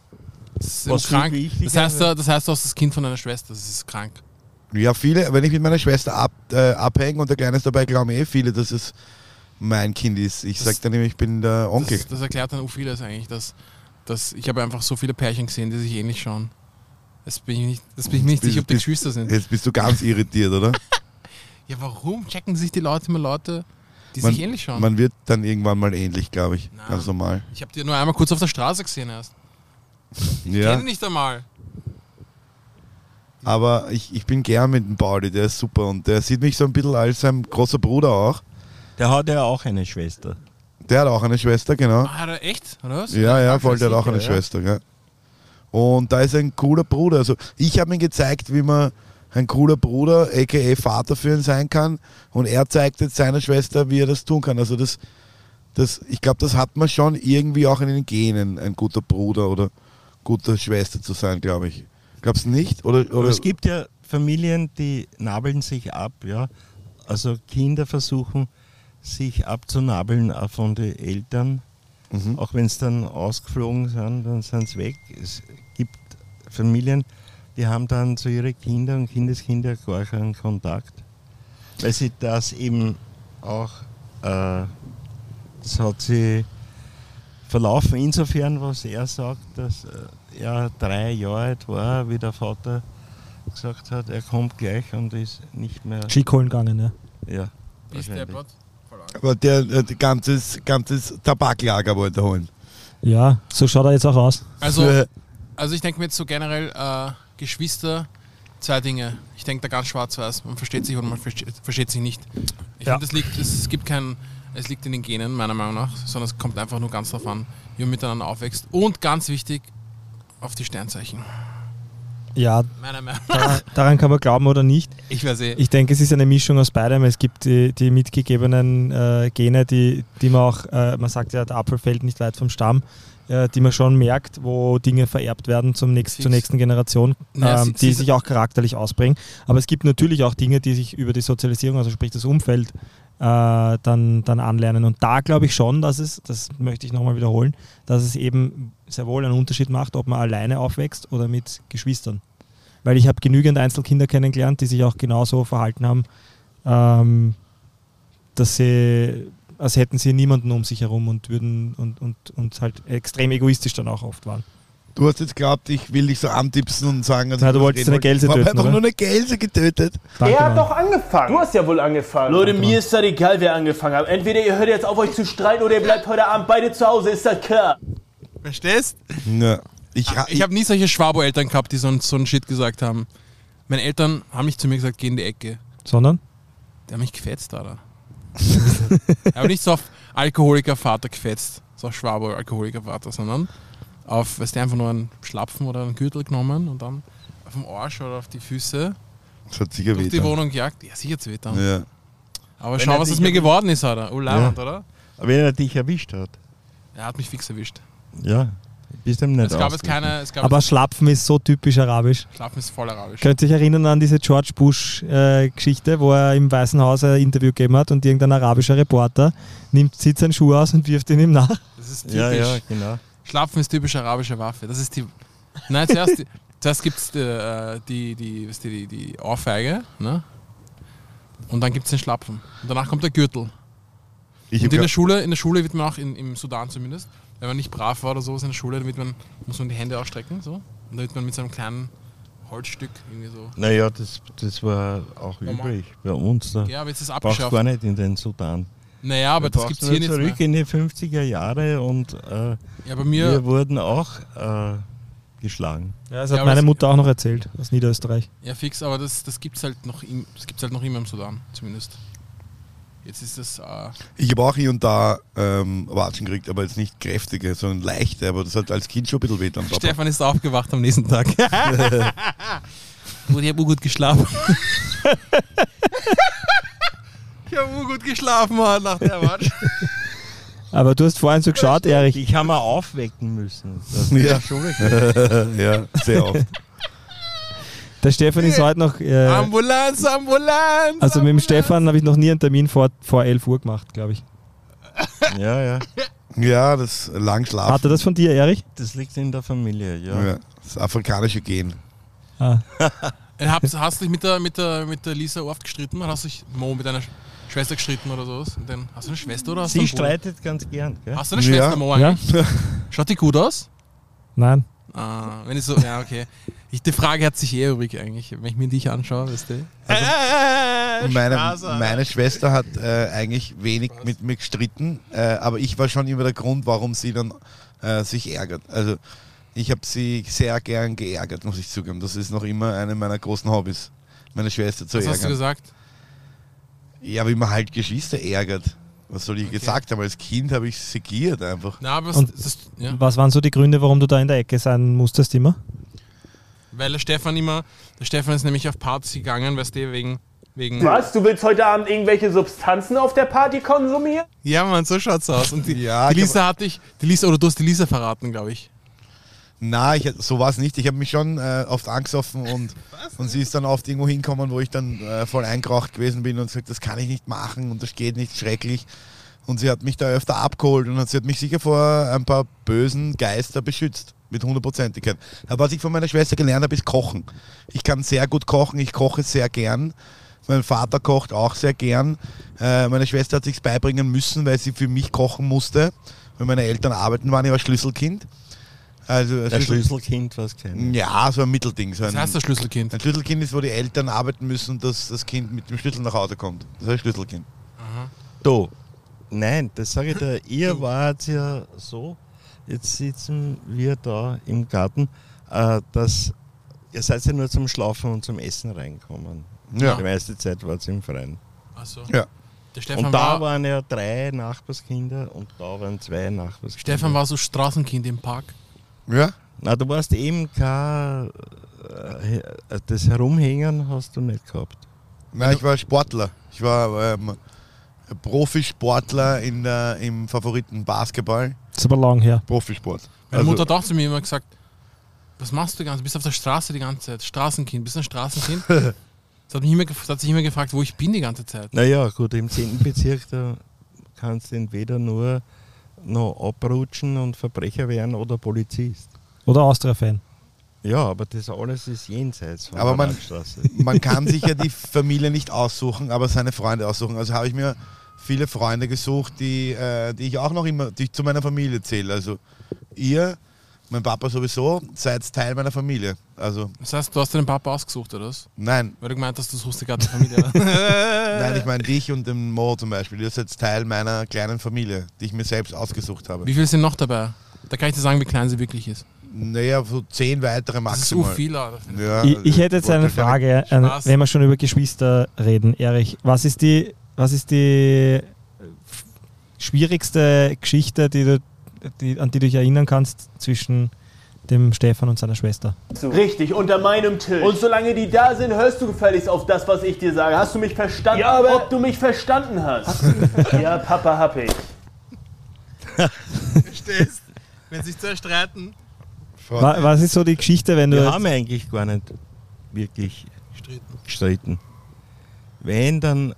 Speaker 1: Das ist
Speaker 8: Was
Speaker 1: eben krank.
Speaker 8: viel wichtiger
Speaker 1: Das heißt, du- das heißt, du hast das Kind von deiner Schwester, das ist krank.
Speaker 7: Ja, viele, wenn ich mit meiner Schwester ab, äh, abhänge und der Kleine ist dabei, glauben eh viele, dass es mein Kind ist. Ich
Speaker 1: Das-
Speaker 7: sag dann nämlich, ich bin der Onkel.
Speaker 1: Das, das erklärt dann auch vieles eigentlich, dass, dass ich habe einfach so viele Pärchen gesehen, die sich ähnlich schauen. Das bin ich nicht, das bin ich mir nicht
Speaker 7: Bist-
Speaker 1: sicher, ob die
Speaker 7: bist-
Speaker 1: Geschwister sind.
Speaker 7: Jetzt bist du ganz irritiert, oder?
Speaker 1: Ja, warum checken sich die Leute immer Leute, die sich ähnlich schauen?
Speaker 7: man wird dann irgendwann mal ähnlich, glaube ich.
Speaker 1: Nein.
Speaker 7: Ganz normal.
Speaker 1: ich habe die nur einmal kurz auf der Straße gesehen erst.
Speaker 7: Ja,
Speaker 1: Kenn nicht einmal.
Speaker 7: aber ich, ich bin gern mit dem Pauli, der ist super und der sieht mich so ein bisschen als sein großer Bruder auch.
Speaker 8: Der hat ja auch eine Schwester.
Speaker 7: Der hat auch eine Schwester, genau.
Speaker 1: Ah, da echt? Oder was?
Speaker 7: Ja, ja, voll, der hat auch eine
Speaker 8: ja.
Speaker 7: Schwester, ja. Und da ist ein cooler Bruder. Also ich habe ihm gezeigt, wie man ein cooler Bruder, aka Vater für ihn sein kann. Und er zeigt jetzt seiner Schwester, wie er das tun kann. Also das, das ich glaube, das hat man schon irgendwie auch in den Genen, ein guter Bruder oder gute Schwester zu sein, glaube ich. Glaubst du nicht? Oder,
Speaker 8: Aber
Speaker 7: oder
Speaker 8: es gibt ja Familien, die nabeln sich ab, ja. Also Kinder versuchen, sich abzunabeln auch von den Eltern.
Speaker 7: Mhm.
Speaker 8: Auch wenn sie dann ausgeflogen sind, dann sind sie weg. Es gibt Familien, die haben dann zu ihren Kindern und Kindeskinder gar keinen Kontakt. Weil sie das eben auch, äh, das hat sie verlaufen. Insofern, was er sagt, dass äh, er drei Jahre alt war, wie der Vater gesagt hat, er kommt gleich und ist nicht mehr.
Speaker 2: Ski holen gegangen, ja.
Speaker 8: Ja,
Speaker 1: Ist der
Speaker 8: wahrscheinlich.
Speaker 1: Plot? Voll arg.
Speaker 7: aber der, der ganzes, ganzes Tabaklager wollte er holen.
Speaker 2: Ja, so schaut er jetzt auch aus.
Speaker 1: Also, also ich denke mir jetzt so generell äh, Geschwister, zwei Dinge. Ich denke da ganz schwarz-weiß. Man versteht sich oder man versteht, versteht sich nicht. Ich
Speaker 2: Ja.
Speaker 1: finde, es liegt, es gibt kein, es liegt in den Genen, meiner Meinung nach, sondern es kommt einfach nur ganz darauf an, wie man miteinander aufwächst. Und ganz wichtig, auf die Sternzeichen.
Speaker 2: Ja,
Speaker 1: Meiner Meinung nach.
Speaker 2: daran, daran kann man glauben oder nicht.
Speaker 1: Ich weiß eh.
Speaker 2: Ich denke, es ist eine Mischung aus beidem. Es gibt die, die mitgegebenen äh, Gene, die, die man auch, äh, man sagt ja, der Apfel fällt nicht weit vom Stamm, äh, die man schon merkt, wo Dinge vererbt werden zum nächst,
Speaker 1: Fix.
Speaker 2: zur nächsten Generation,
Speaker 1: Naja,
Speaker 2: ähm,
Speaker 1: sie-
Speaker 2: die
Speaker 1: sie-
Speaker 2: sich auch charakterlich ausbringen. Aber es gibt natürlich auch Dinge, die sich über die Sozialisierung, also sprich das Umfeld, äh, dann, dann anlernen. Und da glaube ich schon, dass es, das möchte ich nochmal wiederholen, dass es eben sehr wohl einen Unterschied macht, ob man alleine aufwächst oder mit Geschwistern weil ich habe genügend Einzelkinder kennengelernt, die sich auch genauso verhalten haben, ähm, dass sie, als hätten sie niemanden um sich herum und würden und, und, und halt extrem egoistisch dann auch oft waren.
Speaker 7: Du hast jetzt geglaubt, ich will dich so antipsen und sagen, dass
Speaker 2: Na,
Speaker 7: ich
Speaker 2: du
Speaker 7: was
Speaker 2: wolltest
Speaker 7: reden
Speaker 2: eine Gelse
Speaker 7: wollte. Ich
Speaker 2: töten,
Speaker 7: hab einfach
Speaker 2: oder?
Speaker 7: nur eine Gelse getötet.
Speaker 2: Danke,
Speaker 6: er hat
Speaker 2: Mann.
Speaker 6: doch angefangen.
Speaker 5: Du hast ja wohl angefangen.
Speaker 6: Leute, mir ist das egal, wer angefangen hat. Entweder ihr hört jetzt auf, euch zu streiten, oder ihr bleibt heute Abend beide zu Hause. Ist das klar?
Speaker 1: Verstehst?
Speaker 7: Ja. Ich, ha-
Speaker 1: Ah, Ich habe nie solche Schwabo-Eltern gehabt, die so, einen- so einen Shit gesagt haben. Meine Eltern haben nicht zu mir gesagt, geh in die Ecke.
Speaker 2: Sondern?
Speaker 1: Die haben mich gefetzt, Alter. Aber nicht so auf Alkoholiker-Vater gefetzt, so auf Schwabo-Alkoholiker-Vater, sondern auf, weißt du, einfach nur einen Schlapfen oder einen Gürtel genommen und dann auf dem Arsch oder auf die Füße
Speaker 7: Das hat sicher
Speaker 1: durch die
Speaker 7: wehgetan.
Speaker 1: Wohnung gejagt. Ja, sicher zu wehtern.
Speaker 7: Ja.
Speaker 1: Aber
Speaker 8: Wenn
Speaker 1: schau,
Speaker 8: er
Speaker 1: was
Speaker 8: dich
Speaker 1: aus mir
Speaker 8: erwischt-
Speaker 1: geworden ist, hat er. Oh, Land, oder?
Speaker 8: Wenn er dich erwischt hat,
Speaker 1: Er hat mich fix erwischt.
Speaker 8: ja, bist du ihm
Speaker 1: Es
Speaker 8: nicht
Speaker 1: gab jetzt
Speaker 8: ausgewichen.
Speaker 1: keine, es gab
Speaker 2: Aber Schlapfen ist so typisch arabisch.
Speaker 1: jetzt, Schlafen ist voll arabisch.
Speaker 2: Könnt ihr euch erinnern an diese George Bush-Geschichte, wo er im Weißen Haus ein Interview gegeben hat und irgendein arabischer Reporter nimmt, zieht seinen Schuh aus und wirft ihn ihm nach?
Speaker 1: Das ist typisch.
Speaker 8: Ja, ja, genau.
Speaker 1: Schlafen ist typisch arabische Waffe. Das ist die. Nein, zuerst, zuerst gibt es die, die, die, was die, die, die Ohrfeige, ne? Und dann gibt es den Schlapfen. Und danach kommt der Gürtel.
Speaker 7: Ich
Speaker 1: Und in der
Speaker 7: hab,
Speaker 1: Schule, in der Schule wird man auch, in, im Sudan zumindest, wenn man nicht brav war oder sowas in der Schule, dann wird man, muss man die Hände ausstrecken. So. Und dann wird man mit so einem kleinen Holzstück irgendwie so.
Speaker 8: Naja, das, das war auch
Speaker 1: Normal.
Speaker 8: übrig bei uns. Da
Speaker 1: Ja, aber jetzt ist es
Speaker 8: brauchst du gar
Speaker 1: abgeschafft.
Speaker 8: nicht in den Sudan.
Speaker 1: Naja, aber das gibt es hier nicht
Speaker 8: zurück
Speaker 1: mehr.
Speaker 8: in die 50er Jahre und äh,
Speaker 1: Ja, bei
Speaker 8: wir
Speaker 1: mir,
Speaker 8: wurden auch äh, geschlagen.
Speaker 2: Ja, das
Speaker 1: Ja,
Speaker 2: hat
Speaker 1: aber
Speaker 2: meine
Speaker 1: das-
Speaker 2: Mutter auch noch erzählt, aus Niederösterreich.
Speaker 1: ja fix, aber das, das gibt es halt, noch im- das gibt's halt noch immer im Sudan, zumindest. Jetzt ist das, äh,
Speaker 7: ich hab auch hier und da ähm, Watschen gekriegt, aber jetzt nicht kräftige, sondern leichte, aber das hat als Kind schon ein bisschen wehtan. Papa.
Speaker 1: Stefan ist aufgewacht am nächsten Tag. Gut, ich habe gut geschlafen. ich habe gut geschlafen Mann, nach der Matsch.
Speaker 2: Aber du hast vorhin so geschaut, Erich.
Speaker 8: Ich habe mal aufwecken müssen. Das
Speaker 7: Ja.
Speaker 8: schon weg.
Speaker 7: ja, sehr oft.
Speaker 2: Der Stefan ist heute noch. Äh,
Speaker 1: Ambulanz, Ambulanz!
Speaker 2: also mit dem Stefan habe ich noch nie einen Termin vor, vor 11 Uhr gemacht, glaube ich.
Speaker 8: Ja, ja.
Speaker 7: Ja, das Langschlafen.
Speaker 2: Hat er das von dir, Erich?
Speaker 8: Das liegt in der Familie, ja.
Speaker 7: Ja, das afrikanische Gen.
Speaker 2: Ah.
Speaker 1: Äh, Hab, hast du dich mit der, mit, der, mit der Lisa oft gestritten? Oder hast du dich Mo mit deiner Sch- Schwester gestritten oder sowas? Und dann, hast du eine Schwester oder hast du
Speaker 8: Sie
Speaker 1: einen Bruder?
Speaker 8: streitet ganz gern. Gell?
Speaker 1: Hast du eine Schwester,
Speaker 7: Ja.
Speaker 1: Mo?
Speaker 2: Ja?
Speaker 1: Eigentlich? Schaut die gut aus?
Speaker 2: Nein.
Speaker 1: Ah, wenn ich so, ja, okay. Ich, die Frage hat sich eh übrig eigentlich, wenn ich mir dich anschaue, weißt du?
Speaker 7: Meine, meine Schwester hat äh, eigentlich wenig mit mir gestritten, äh, aber ich war schon immer der Grund, warum sie dann äh, sich ärgert. Also ich habe sie sehr gern geärgert, muss ich zugeben. Das ist noch immer eine meiner großen Hobbys, meine Schwester zu
Speaker 1: Was hast du
Speaker 7: ärgern.
Speaker 1: gesagt?
Speaker 7: Ja, wie man halt Geschwister ärgert. Was soll ich gesagt haben? Als Kind habe ich segiert einfach.
Speaker 1: Na, aber es-
Speaker 2: Und-
Speaker 1: es ist, ja.
Speaker 2: Was waren so die Gründe, warum du da in der Ecke sein musstest immer?
Speaker 1: Weil der Stefan immer, der Stefan ist nämlich auf Partys gegangen, weißt du, wegen, wegen.
Speaker 6: Was? Du willst heute Abend irgendwelche Substanzen auf der Party konsumieren?
Speaker 1: Ja, Mann, so schaut's aus. Und die,
Speaker 7: Ja,
Speaker 1: die Lisa hatte ich, die Lisa, oder du hast die Lisa verraten, glaube ich.
Speaker 7: Na, ich, so war es nicht. Ich habe mich schon äh, oft angesoffen und, und sie ist dann oft irgendwo hinkommen, wo ich dann äh, voll eingeraucht gewesen bin und gesagt, das kann ich nicht machen und das geht nicht, schrecklich. Und sie hat mich da öfter abgeholt und hat, sie hat mich sicher vor ein paar bösen Geister beschützt. Mit Hundertprozentigkeit. Aber was ich von meiner Schwester gelernt habe, ist Kochen. Ich kann sehr gut kochen, ich koche sehr gern. Mein Vater kocht auch sehr gern. Äh, meine Schwester hat sich's beibringen müssen, weil sie für mich kochen musste. Weil meine Eltern arbeiten waren, ich war Schlüsselkind. Also
Speaker 8: Der Schlüsselkind war es kein.
Speaker 7: ja, so ein Mittelding. So ein,
Speaker 1: Das heißt das Schlüsselkind.
Speaker 7: ein Schlüsselkind ist, wo die Eltern arbeiten müssen, dass das Kind mit dem Schlüssel nach Hause kommt. Das ist ein Schlüsselkind.
Speaker 8: Du, nein, das sage ich dir, ihr wart ja so, jetzt sitzen wir da im Garten, äh, dass ihr seid ja nur zum Schlafen und zum Essen reinkommen.
Speaker 7: Ja.
Speaker 8: Die meiste Zeit war es im Freien.
Speaker 1: Also,
Speaker 7: Ja.
Speaker 1: der Stefan
Speaker 8: Und da
Speaker 1: war,
Speaker 8: waren ja drei Nachbarskinder und da waren zwei Nachbarskinder.
Speaker 1: Stefan war so Straßenkind im Park.
Speaker 7: Ja?
Speaker 8: Na, du warst eben kein. äh, he- Das Herumhängen hast du nicht gehabt.
Speaker 7: Nein, ich war Sportler. Ich war ähm, Profisportler in der, im Favoriten Basketball.
Speaker 2: Das ist aber lang her.
Speaker 7: Profisport. Also
Speaker 1: Meine Mutter hat auch zu mir immer gesagt, was machst du die ganze Du bist auf der Straße die ganze Zeit. Straßenkind, bist du ein Straßenkind? das hat, mich immer, gef- das hat sich immer gefragt, wo ich bin die ganze Zeit.
Speaker 8: Naja, gut, im 10. Bezirk, da kannst du entweder nur noch abrutschen und Verbrecher werden oder Polizist.
Speaker 2: Oder Austria-Fan.
Speaker 8: Ja, aber das alles ist jenseits von
Speaker 7: Aber
Speaker 8: der
Speaker 7: man-
Speaker 8: Landstraße.
Speaker 7: Man kann sich ja die Familie nicht aussuchen, aber seine Freunde aussuchen. Also habe ich mir viele Freunde gesucht, die, äh, die ich auch noch immer die ich zu meiner Familie zähle. Also ihr, mein Papa sowieso, seid Teil meiner Familie. Also
Speaker 1: Das heißt, du hast deinen Papa ausgesucht, oder was?
Speaker 7: nein,
Speaker 1: Weil du gemeint hast, du suchst die ganze Familie.
Speaker 7: Nein, ich meine dich und den Mo zum Beispiel. Ihr seid Teil meiner kleinen Familie, die ich mir selbst ausgesucht habe.
Speaker 1: Wie viele sind noch dabei? Da kann ich dir sagen, wie klein sie wirklich ist.
Speaker 7: Naja, so zehn weitere
Speaker 1: Das ist so
Speaker 7: maximal.
Speaker 1: viel, Alter.
Speaker 7: Ja,
Speaker 2: ich, ich hätte jetzt
Speaker 7: wollte
Speaker 2: eine
Speaker 7: keine-
Speaker 2: Frage, äh,
Speaker 1: Spaß.
Speaker 2: wenn wir schon über Geschwister reden, Erich. Was ist die, was ist die f- schwierigste Geschichte, die du, die, an die du dich erinnern kannst zwischen dem Stefan und seiner Schwester.
Speaker 6: Richtig, unter meinem Tisch. Und solange die da sind, hörst du gefälligst auf das, was ich dir sage. Hast du mich verstanden? Ja, aber Ob du mich verstanden hast? ja, Papa, hab ich.
Speaker 1: Verstehst? Wenn sich zwei streiten,
Speaker 2: Wa- Was ist so die Geschichte, wenn du.
Speaker 8: Wir haben eigentlich gar nicht wirklich
Speaker 1: stritten.
Speaker 8: gestritten. Wenn, dann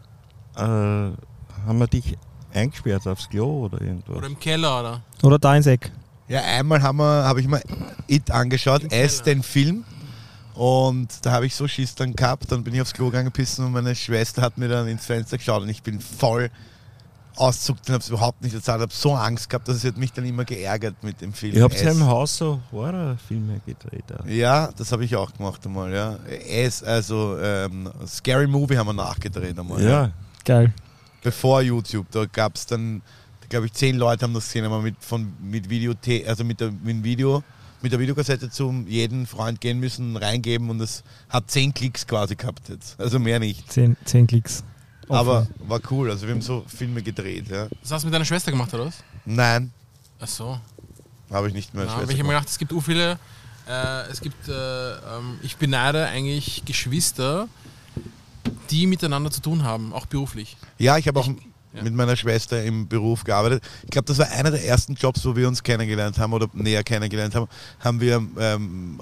Speaker 8: äh, haben wir dich eingesperrt aufs Klo oder irgendwas.
Speaker 1: Oder im Keller, oder?
Speaker 2: Oder da ins Eck.
Speaker 7: Ja, einmal habe hab ich mir It angeschaut, S, den Film. Und da habe ich so Schiss dann gehabt, dann bin ich aufs Klo gegangen pissen und meine Schwester hat mir dann ins Fenster geschaut und ich bin voll auszuckt und habe es überhaupt nicht erzählt, habe so Angst gehabt, dass es hat mich dann immer geärgert mit dem Film.
Speaker 8: Ich habe ja
Speaker 7: S.
Speaker 8: im Haus so Horrorfilme gedreht. auch.
Speaker 7: Ja, das habe ich auch gemacht einmal, ja. S, also ähm, Scary Movie haben wir nachgedreht einmal.
Speaker 8: Ja,
Speaker 2: Geil.
Speaker 7: Bevor YouTube, da gab es dann, glaube ich, zehn Leute haben das gesehen, aber mit, von, mit Video, also mit der, mit dem Video, mit der Videokassette zum jeden Freund gehen müssen, reingeben und es hat zehn Klicks quasi gehabt jetzt. Also mehr nicht.
Speaker 2: Zehn, zehn Klicks. Offen.
Speaker 7: Aber war cool, also wir haben so Filme gedreht, ja.
Speaker 1: Das hast du mit deiner Schwester gemacht, oder was?
Speaker 7: Nein,
Speaker 1: Ach so.
Speaker 7: habe ich nicht mehr.
Speaker 1: Ja, aber
Speaker 7: Schwester
Speaker 1: ich habe mir
Speaker 7: gemacht.
Speaker 1: gedacht, es gibt so viele. Äh, es gibt, äh, ähm, ich beneide eigentlich Geschwister, die miteinander zu tun haben, auch beruflich.
Speaker 7: ja, ich habe auch
Speaker 1: ja.
Speaker 7: mit meiner Schwester im Beruf gearbeitet. Ich glaube, das war einer der ersten Jobs, wo wir uns kennengelernt haben oder näher kennengelernt haben, haben wir ähm,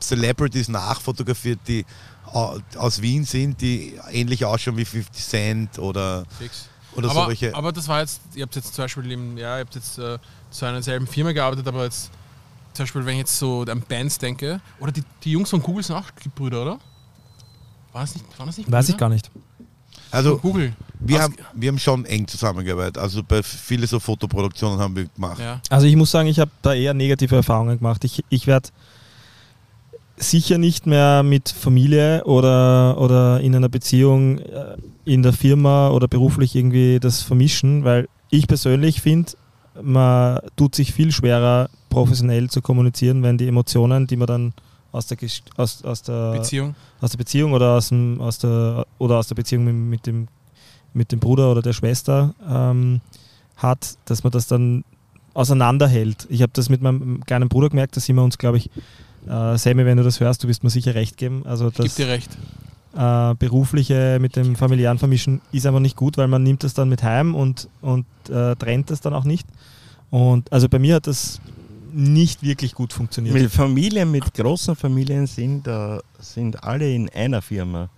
Speaker 7: Celebrities nachfotografiert, die au- aus Wien sind, die ähnlich ausschauen wie 50 Cent oder,
Speaker 1: Fix.
Speaker 7: oder
Speaker 1: aber,
Speaker 7: solche.
Speaker 1: aber das war jetzt, ihr habt jetzt zum Beispiel, im, ja, ihr habt jetzt äh, zu einer selben Firma gearbeitet, aber jetzt, zum Beispiel, wenn ich jetzt so an Bands denke, oder die, die Jungs von Google sind auch Brüder, oder? War das nicht, waren das nicht
Speaker 2: Weiß ich gar nicht.
Speaker 7: also
Speaker 1: Google.
Speaker 7: wir
Speaker 1: Aus-
Speaker 7: haben, wir haben schon eng zusammengearbeitet. Also bei viele so Fotoproduktionen haben wir gemacht.
Speaker 1: Ja.
Speaker 2: Also ich muss sagen, ich habe da eher negative Erfahrungen gemacht. Ich, ich werde sicher nicht mehr mit Familie oder, oder in einer Beziehung äh, in der Firma oder beruflich irgendwie das vermischen, weil ich persönlich finde, man tut sich viel schwerer, professionell zu kommunizieren, wenn die Emotionen, die man dann aus der, Gest- aus, aus der
Speaker 1: Beziehung.
Speaker 2: aus der Beziehung oder aus, dem, aus, der, oder aus der Beziehung mit, mit, dem, mit dem Bruder oder der Schwester ähm, hat, dass man das dann auseinanderhält. Ich habe das mit meinem kleinen Bruder gemerkt, da sind wir uns, glaube ich, äh, Sammy, wenn du das hörst, du wirst mir sicher recht geben. Also
Speaker 1: Gib
Speaker 2: das
Speaker 1: dir recht.
Speaker 2: äh, berufliche mit dem familiären Vermischen ist einfach nicht gut, weil man nimmt das dann mit heim und, und äh, trennt das dann auch nicht. Und also bei mir hat das nicht wirklich gut funktioniert.
Speaker 8: Mit Familien, mit großen Familien sind, äh, sind alle in einer Firma.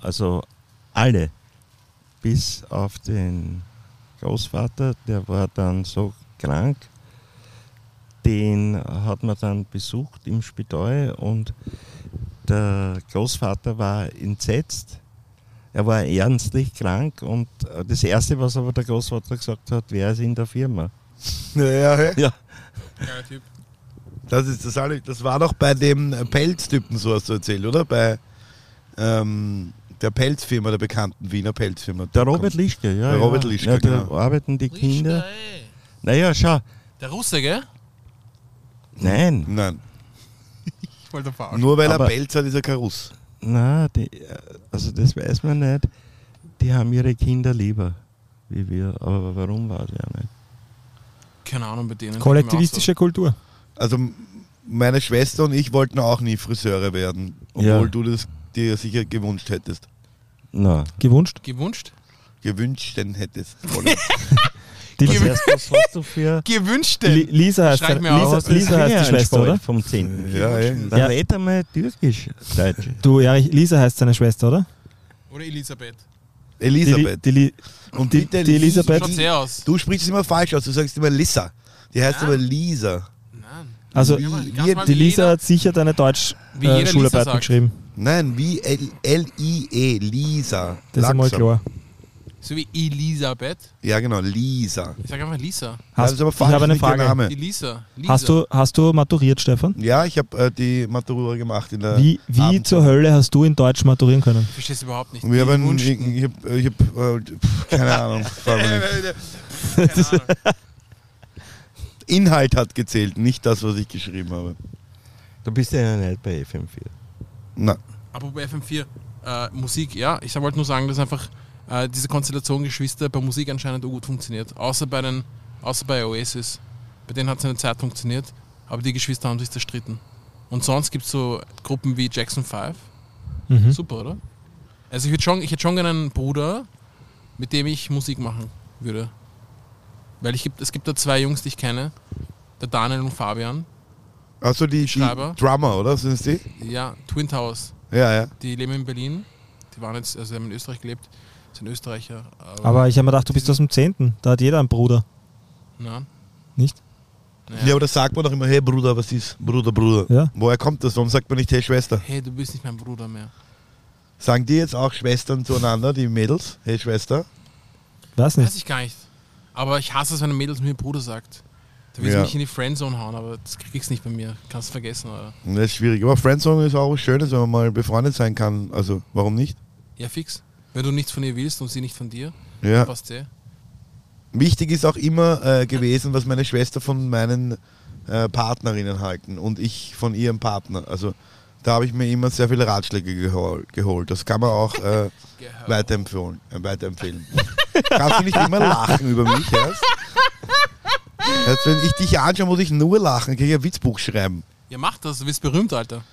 Speaker 8: Also alle. Bis auf den Großvater, der war dann so krank. Den hat man dann besucht im Spital und der Großvater war entsetzt. Er war ernstlich krank und äh, das Erste, was aber der Großvater gesagt hat, wer ist in der Firma?
Speaker 7: Ja, ja.
Speaker 8: Ja,
Speaker 1: Geiler Typ.
Speaker 7: Das, ist das, alle- das war doch bei dem äh, Pelztypen, so hast du erzählt, oder? Bei ähm, der Pelzfirma, der bekannten Wiener Pelzfirma.
Speaker 8: Der Robert Lischke, ja.
Speaker 7: Der
Speaker 8: ja.
Speaker 7: Robert Lischke,
Speaker 8: ja, da
Speaker 7: genau.
Speaker 8: arbeiten die Kinder.
Speaker 1: ey.
Speaker 8: Naja, schau.
Speaker 1: Der Russe, gell?
Speaker 8: Nein,
Speaker 7: Nein.
Speaker 1: Ich wollte verarschen.
Speaker 7: Nur weil
Speaker 8: Aber-
Speaker 7: er Pelz hat, ist er Karuss.
Speaker 8: na, die, also das weiß man nicht. Die haben ihre Kinder lieber wie wir. Aber warum war es ja nicht?
Speaker 1: Keine Ahnung bei denen.
Speaker 2: Kollektivistische Kultur.
Speaker 7: Also m- meine Schwester und ich wollten auch nie Friseure werden, obwohl
Speaker 8: Ja.
Speaker 7: du das dir sicher gewünscht hättest.
Speaker 8: Na,
Speaker 2: Gewünscht?
Speaker 1: Gewünscht?
Speaker 7: Gewünschten hättest.
Speaker 2: Die,
Speaker 8: was, heißt, was hast du für.
Speaker 1: Gewünscht
Speaker 2: Li- Lisa heißt,
Speaker 1: Schreib
Speaker 2: deine-
Speaker 1: mir auf.
Speaker 2: Lisa, Lisa heißt die Schwester, oder?
Speaker 8: Vom 10.
Speaker 7: ja, ey.
Speaker 8: Dann
Speaker 2: Ja.
Speaker 8: red einmal türkisch, deutsch.
Speaker 2: Du, Erich, Lisa heißt seine Schwester, oder?
Speaker 1: Oder Elisabeth?
Speaker 2: Die, Li-
Speaker 7: Elisabeth.
Speaker 2: die, Li-
Speaker 7: und
Speaker 2: die-
Speaker 7: bitte
Speaker 2: die Elisabeth-
Speaker 1: Schaut sehr aus.
Speaker 7: Du sprichst immer falsch aus, du sagst immer Lissa. Die heißt
Speaker 1: Ja.
Speaker 7: aber Lisa.
Speaker 1: Nein.
Speaker 2: also,
Speaker 1: Ja, Mann,
Speaker 2: die
Speaker 1: ganz mal wie
Speaker 2: Lisa
Speaker 1: jeder-
Speaker 2: hat sicher deine
Speaker 1: Wie
Speaker 2: äh,
Speaker 1: jeder Lisa
Speaker 2: Deutsch-Schularbeiten
Speaker 1: sagt.
Speaker 2: geschrieben.
Speaker 7: Nein, wie L- L-I-E, Lisa.
Speaker 2: Das ist
Speaker 7: Langsam.
Speaker 2: einmal klar.
Speaker 1: So wie Elisabeth.
Speaker 7: Ja, genau, Lisa.
Speaker 1: Ich sage einfach Lisa.
Speaker 7: das
Speaker 2: Hast,
Speaker 7: ist aber
Speaker 2: ich
Speaker 7: falsch,
Speaker 2: habe eine
Speaker 7: nicht der
Speaker 2: Frage.
Speaker 7: Name.
Speaker 1: Die Lisa. Lisa.
Speaker 2: Hast du, hast du maturiert, Stefan?
Speaker 7: Ja, ich habe äh, die Matura gemacht in der.
Speaker 2: Wie, wie
Speaker 7: Abend-
Speaker 2: zur Hölle hast du in Deutsch maturieren können?
Speaker 1: Ich verstehe es überhaupt nicht.
Speaker 7: Wir haben, ich
Speaker 1: Gewünschten.
Speaker 7: ich hab, ich hab, äh, pf, keine Ahnung. frag mich nicht.
Speaker 1: Keine Ahnung.
Speaker 7: Inhalt hat gezählt, nicht das, was ich geschrieben habe.
Speaker 8: Du bist ja nicht bei FM4.
Speaker 7: Na,
Speaker 1: Apropos FM4, äh, Musik, ja, ich wollte nur sagen, dass einfach äh, diese Konstellation Geschwister bei Musik anscheinend gut funktioniert. Außer bei den, außer bei Oasis. Bei denen hat es eine Zeit funktioniert, Aber die Geschwister haben sich zerstritten. Und sonst gibt es so Gruppen wie Jackson 5.
Speaker 2: Mhm.
Speaker 1: Super, oder? Also ich, würd schon, ich hätte schon gerne einen Bruder, mit dem ich Musik machen würde. Weil ich, gibt- es gibt da zwei Jungs, die ich kenne. Der Daniel und Fabian.
Speaker 7: Also die, die
Speaker 1: Schreiber.
Speaker 7: Drummer, oder? Sind es die?
Speaker 1: Ja, Twin Towers.
Speaker 7: Ja, ja.
Speaker 1: Die leben in Berlin. Die waren jetzt, also die haben in Österreich gelebt. Sind Österreicher.
Speaker 2: Aber ich habe mir gedacht, du bist aus dem 10. Da hat jeder einen Bruder,
Speaker 1: na,
Speaker 2: nicht?
Speaker 1: Ja.
Speaker 7: Ja, aber das sagt man doch immer, hey Bruder, was ist? Bruder, Bruder.
Speaker 2: Ja.
Speaker 7: Woher kommt das? Warum sagt man nicht, hey Schwester?
Speaker 1: hey, du bist nicht mein Bruder mehr.
Speaker 7: Sagen die jetzt auch Schwestern zueinander, die Mädels? Hey Schwester?
Speaker 1: Weiß
Speaker 2: Weiß nicht.
Speaker 1: ich gar nicht. Aber ich hasse es, wenn ein Mädel zu mir Bruder sagt. Da will sie
Speaker 7: Ja.
Speaker 1: mich in die Friendzone hauen, aber das kriegst du nicht bei mir. Kannst du vergessen, oder?
Speaker 7: Das Ne, ist schwierig. Aber Friendzone ist auch was Schönes, wenn man mal befreundet sein kann. Also, warum nicht?
Speaker 1: Ja, fix. Wenn du nichts von ihr willst und sie nicht von dir,
Speaker 7: Ja.
Speaker 1: passt eh.
Speaker 7: Wichtig ist auch immer äh, gewesen, was meine Schwester von meinen äh, Partnerinnen halten und ich von ihrem Partner. Also da habe ich mir immer sehr viele Ratschläge gehol geholt. Das kann man auch äh, weiterempfehlen. Äh, weiterempfehlen. Kannst du nicht immer lachen über mich, ja? Jetzt, wenn ich dich anschaue, muss ich nur lachen. Kann ich ein Witzbuch schreiben.
Speaker 1: Ja, mach das, du wirst berühmt, Alter.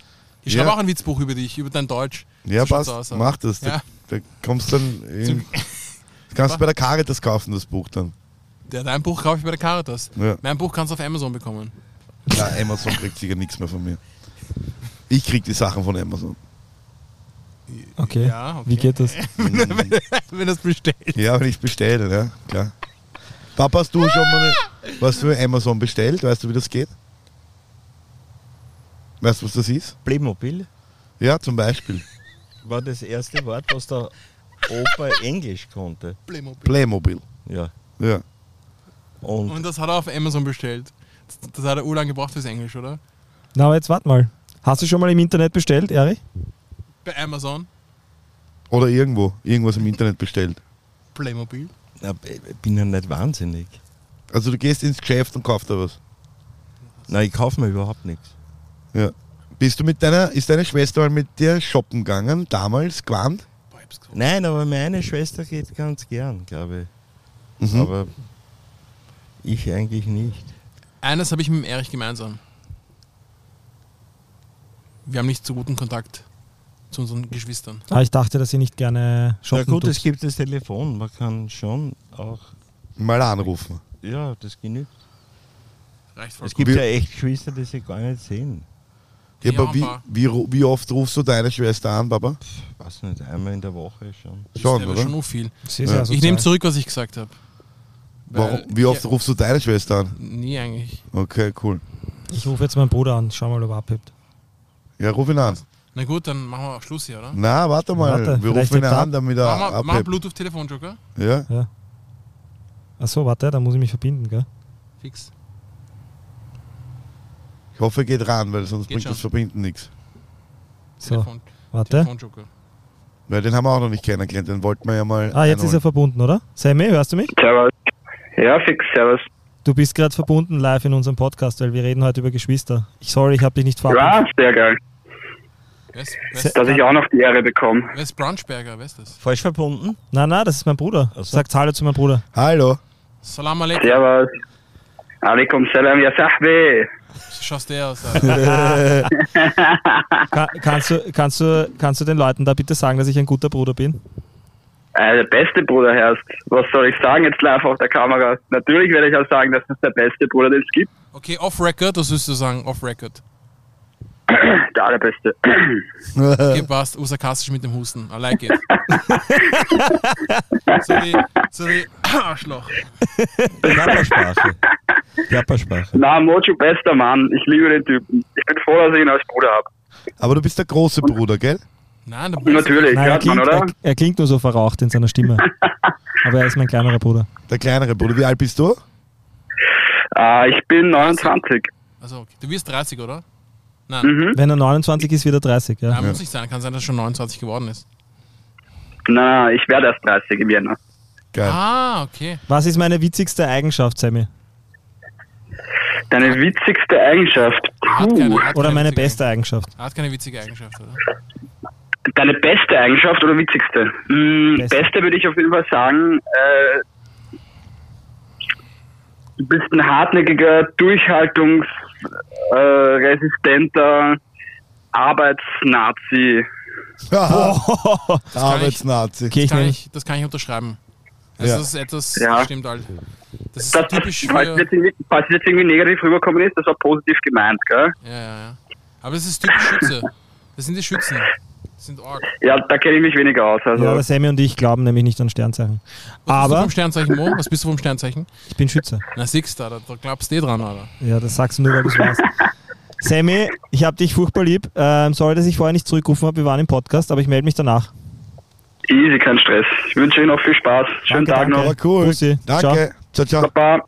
Speaker 1: Ich
Speaker 7: Ja.
Speaker 1: schreibe auch ein Witzbuch über dich, über dein Deutsch.
Speaker 7: Ja,
Speaker 1: So schaut's
Speaker 7: passt.
Speaker 1: aus, aber-
Speaker 7: Mach das.
Speaker 1: Ja.
Speaker 7: Da, da kommst dann in, kannst du bei der Caritas kaufen, das Buch dann.
Speaker 1: Ja, dein Buch kaufe ich bei der Caritas.
Speaker 7: Ja.
Speaker 1: Mein Buch kannst du auf Amazon bekommen.
Speaker 7: Na, Amazon kriegt sicher nichts mehr von mir. Ich krieg die Sachen von Amazon.
Speaker 2: Okay.
Speaker 1: Ja, okay.
Speaker 2: Wie geht das?
Speaker 1: wenn das bestellt.
Speaker 7: Ja, wenn ich bestelle, ja, klar. Papa, hast du schon mal was für Amazon bestellt? Weißt du, wie das geht? Weißt du, was das ist?
Speaker 8: Playmobil
Speaker 7: Ja, zum Beispiel.
Speaker 8: war das erste Wort, was der Opa Englisch konnte.
Speaker 7: Playmobil.
Speaker 8: Ja.
Speaker 7: Ja.
Speaker 8: Und
Speaker 1: Und das hat er auf Amazon bestellt. Das, das hat er urlang gebraucht fürs Englisch, oder?
Speaker 2: Na, aber jetzt warte mal. Hast du schon mal im Internet bestellt, Eri?
Speaker 1: Bei Amazon,
Speaker 7: Oder irgendwo. Irgendwas im Internet bestellt.
Speaker 1: Playmobil.
Speaker 8: na, ich bin ja nicht wahnsinnig.
Speaker 7: Also du gehst ins Geschäft und kaufst da was.
Speaker 8: Nein, ich kaufe mir überhaupt nichts.
Speaker 7: Ja. Bist du mit deiner, ist deine Schwester mal mit dir shoppen gegangen, damals, Quant?
Speaker 1: Boah, ich hab's gefunden.
Speaker 8: Nein, aber meine Schwester geht ganz gern, glaube ich.
Speaker 7: Mhm.
Speaker 8: Aber ich eigentlich nicht.
Speaker 1: Eines habe ich mit dem Erich gemeinsam. Wir haben nicht so guten Kontakt zu unseren Geschwistern.
Speaker 2: Ah, ich dachte, dass sie nicht gerne
Speaker 8: Na
Speaker 2: shoppen
Speaker 8: gut,
Speaker 2: tut.
Speaker 8: es gibt das Telefon. Man kann schon auch.
Speaker 7: Mal anrufen.
Speaker 8: Ja, das genügt.
Speaker 1: Reicht voll.
Speaker 8: Es gibt
Speaker 7: Wir-
Speaker 8: ja echt Geschwister, die sich gar nicht sehen.
Speaker 7: Ja,
Speaker 1: Ja,
Speaker 7: aber wie,
Speaker 1: aber-
Speaker 7: wie, ru- wie oft rufst du deine Schwester an, Papa?
Speaker 8: Ich weiß nicht, einmal in der Woche schon.
Speaker 7: Schon,
Speaker 1: aber
Speaker 7: oder?
Speaker 1: schon noch viel.
Speaker 2: Sie ist
Speaker 7: Ja.
Speaker 2: ja
Speaker 1: Ich
Speaker 2: sozial.
Speaker 1: nehme zurück, was ich gesagt habe.
Speaker 7: Warum, wie oft rufst du deine Schwester an?
Speaker 1: Nie eigentlich.
Speaker 7: Okay, cool.
Speaker 2: Ich rufe jetzt meinen Bruder an. Schau mal, ob er abhebt.
Speaker 7: Ja, ruf ihn an.
Speaker 1: Na gut, dann machen wir auch Schluss hier, oder?
Speaker 7: Na, warte mal.
Speaker 2: Warte,
Speaker 7: wir
Speaker 2: vielleicht
Speaker 7: rufen ihn
Speaker 2: hebt er
Speaker 7: an,
Speaker 2: ab.
Speaker 7: damit er
Speaker 1: Mach mal, mach mal
Speaker 7: abhebt.
Speaker 1: Bluetooth-Telefon, Joker.
Speaker 7: Ja,
Speaker 2: Achso, warte, da muss ich mich verbinden, gell?
Speaker 1: Fix.
Speaker 7: ich hoffe, er geht ran, weil sonst
Speaker 1: Geht
Speaker 7: bringt
Speaker 1: schon.
Speaker 7: das Verbinden nichts.
Speaker 2: So,
Speaker 1: Telefon,
Speaker 2: warte.
Speaker 1: Telefon, Joker.
Speaker 7: Weil den haben wir auch noch nicht kennengelernt, den wollten wir ja mal.
Speaker 2: Ah, jetzt ist er
Speaker 7: einholen.
Speaker 2: verbunden, oder? Sammy, hörst du mich?
Speaker 9: Servus. Ja, fix, servus.
Speaker 2: Du bist gerade verbunden live in unserem Podcast, weil wir reden heute über Geschwister. Ich, sorry, ich habe dich nicht verabschiedet.
Speaker 9: Ja, Ah, sehr geil.
Speaker 1: Wer ist, wer
Speaker 2: Se-
Speaker 1: ist,
Speaker 9: Dass ich auch noch die Ehre bekomme.
Speaker 1: wer ist Brunchberger? Wer ist das?
Speaker 8: Falsch verbunden?
Speaker 2: Nein, nein, das ist mein Bruder.
Speaker 8: Ach so.
Speaker 2: Sagt Hallo zu meinem Bruder.
Speaker 7: Hallo.
Speaker 1: Salam alaikum.
Speaker 9: Servus. Alaikum salam, ja sahbi.
Speaker 1: So schaust der aus. Alter.
Speaker 2: Ka kannst, du, kannst, du, kannst du den Leuten da bitte sagen, dass ich ein guter Bruder bin?
Speaker 9: Äh, der beste Bruder herrscht. Was soll ich sagen jetzt live auf der Kamera? Natürlich werde ich auch sagen, dass das der beste Bruder, den es gibt.
Speaker 1: Okay, off-record, das willst du sagen, off-record.
Speaker 9: Der allerbeste.
Speaker 1: Gepasst, oh, sarkastisch mit dem Husten. I like it. sorry, sorry.
Speaker 2: Ah,
Speaker 1: Arschloch.
Speaker 8: Körpersprache. Körpersprache.
Speaker 9: Na, Mojo, bester Mann. Ich liebe den Typen. Ich bin froh, dass ich ihn als Bruder habe.
Speaker 7: Aber du bist der große Bruder, gell?
Speaker 1: Nein, der Bruder ist-
Speaker 9: Natürlich,
Speaker 2: Nein, er
Speaker 9: hört man,
Speaker 2: klingt,
Speaker 9: oder?
Speaker 2: er, er klingt nur so verraucht in seiner Stimme. Aber er ist mein kleinerer Bruder.
Speaker 7: Der kleinere Bruder. Wie alt bist du?
Speaker 9: Äh, ich bin 29.
Speaker 1: Also, okay. du wirst 30, oder? Nein,
Speaker 9: Mhm. Hm?
Speaker 2: Wenn er 29 ist, wird er 30, ja.
Speaker 1: nein muss nicht sein. Kann sein, dass er schon 29 geworden ist.
Speaker 9: Na, ich werde erst 30 im Jänner.
Speaker 7: Geil.
Speaker 1: Ah, okay.
Speaker 2: Was ist meine witzigste Eigenschaft, Sammy?
Speaker 9: Deine witzigste Eigenschaft.
Speaker 1: Hat
Speaker 9: Puh.
Speaker 1: keine, hat
Speaker 2: Oder
Speaker 1: keine
Speaker 2: meine
Speaker 1: witzige-
Speaker 2: beste Eigenschaft?
Speaker 1: Hat keine witzige Eigenschaft, oder?
Speaker 9: Deine beste Eigenschaft oder witzigste? Hm,
Speaker 2: Beste.
Speaker 9: beste würde ich auf jeden Fall sagen, äh, du bist ein hartnäckiger Durchhaltungs... äh, resistenter Arbeitsnazi.
Speaker 7: Arbeitsnazi.
Speaker 1: Das
Speaker 2: Geh ich
Speaker 1: kann
Speaker 2: nämlich.
Speaker 1: ich, das kann ich unterschreiben. Also
Speaker 7: Ja.
Speaker 1: das ist etwas,
Speaker 9: Ja.
Speaker 1: das stimmt halt. Das ist
Speaker 9: Das,
Speaker 1: typisch für,
Speaker 9: falls, es
Speaker 1: ja,
Speaker 9: jetzt irgendwie, falls es jetzt irgendwie negativ rüberkommen ist, das war positiv gemeint, gell?
Speaker 1: ja, ja. Aber das ist typisch Schütze. Das sind die Schützen. Das sind Org.
Speaker 9: Ja, da kenne ich mich weniger aus. Also.
Speaker 2: Ja, aber Sammy und ich glauben nämlich nicht an Sternzeichen.
Speaker 1: Was bist du
Speaker 2: Aber
Speaker 1: vom Sternzeichen, Mo? Was bist du vom Sternzeichen?
Speaker 2: ich bin Schütze.
Speaker 1: Na, siehst du, da, da glaubst du eh dran, oder?
Speaker 2: Ja, das sagst du nur, weil du es weißt. Sammy, ich habe dich furchtbar lieb. Ähm, sorry, dass ich vorher nicht zurückgerufen habe. Wir waren im Podcast, aber ich melde mich danach.
Speaker 9: Easy, kein Stress. Ich wünsche Ihnen noch viel Spaß. Schönen
Speaker 2: Danke,
Speaker 9: Tag
Speaker 2: danke.
Speaker 7: Aber cool.
Speaker 2: Bussi.
Speaker 7: Danke. Ciao, ciao.
Speaker 9: noch. Baba.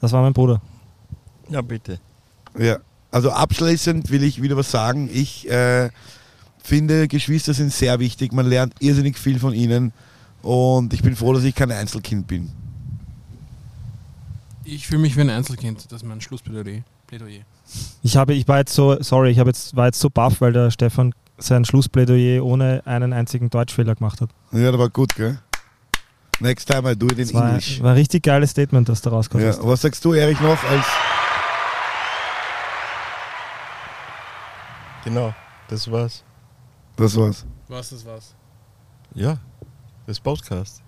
Speaker 2: Das war mein Bruder.
Speaker 8: Ja, bitte.
Speaker 7: Ja. Also abschließend will ich wieder was sagen. Ich äh, finde, Geschwister sind sehr wichtig. Man lernt irrsinnig viel von ihnen. Und ich bin froh, dass ich kein Einzelkind bin.
Speaker 1: Ich fühle mich wie ein Einzelkind. Das ist mein Schlussplädoyer. Plädoyer.
Speaker 2: Ich, habe, ich war jetzt so, sorry, ich habe jetzt, war jetzt so baff, weil der Stefan sein Schlussplädoyer ohne einen einzigen Deutschfehler gemacht hat.
Speaker 7: Ja, das war gut, gell? Next time I do it in
Speaker 2: Das war,
Speaker 7: English.
Speaker 2: war ein richtig geiles Statement, das da rauskommt.
Speaker 7: Ja. Was sagst du, Erich, noch als
Speaker 8: Genau, das war's.
Speaker 7: Das war's.
Speaker 1: Was, das war's.
Speaker 8: Ja, das Podcast.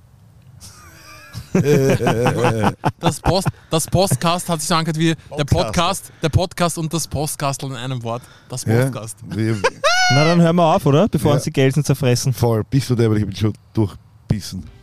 Speaker 1: Das, Post, das Postcast hat sich so angehört wie der Podcast, der Podcast und das Postkastel in einem Wort. Das
Speaker 7: Ja?
Speaker 1: Podcast.
Speaker 7: Wir-
Speaker 2: Na, dann hören wir auf, oder? Bevor
Speaker 7: Ja.
Speaker 2: uns die Gelsen zerfressen.
Speaker 7: Voll, bist du der, weil ich bin schon durchbissen.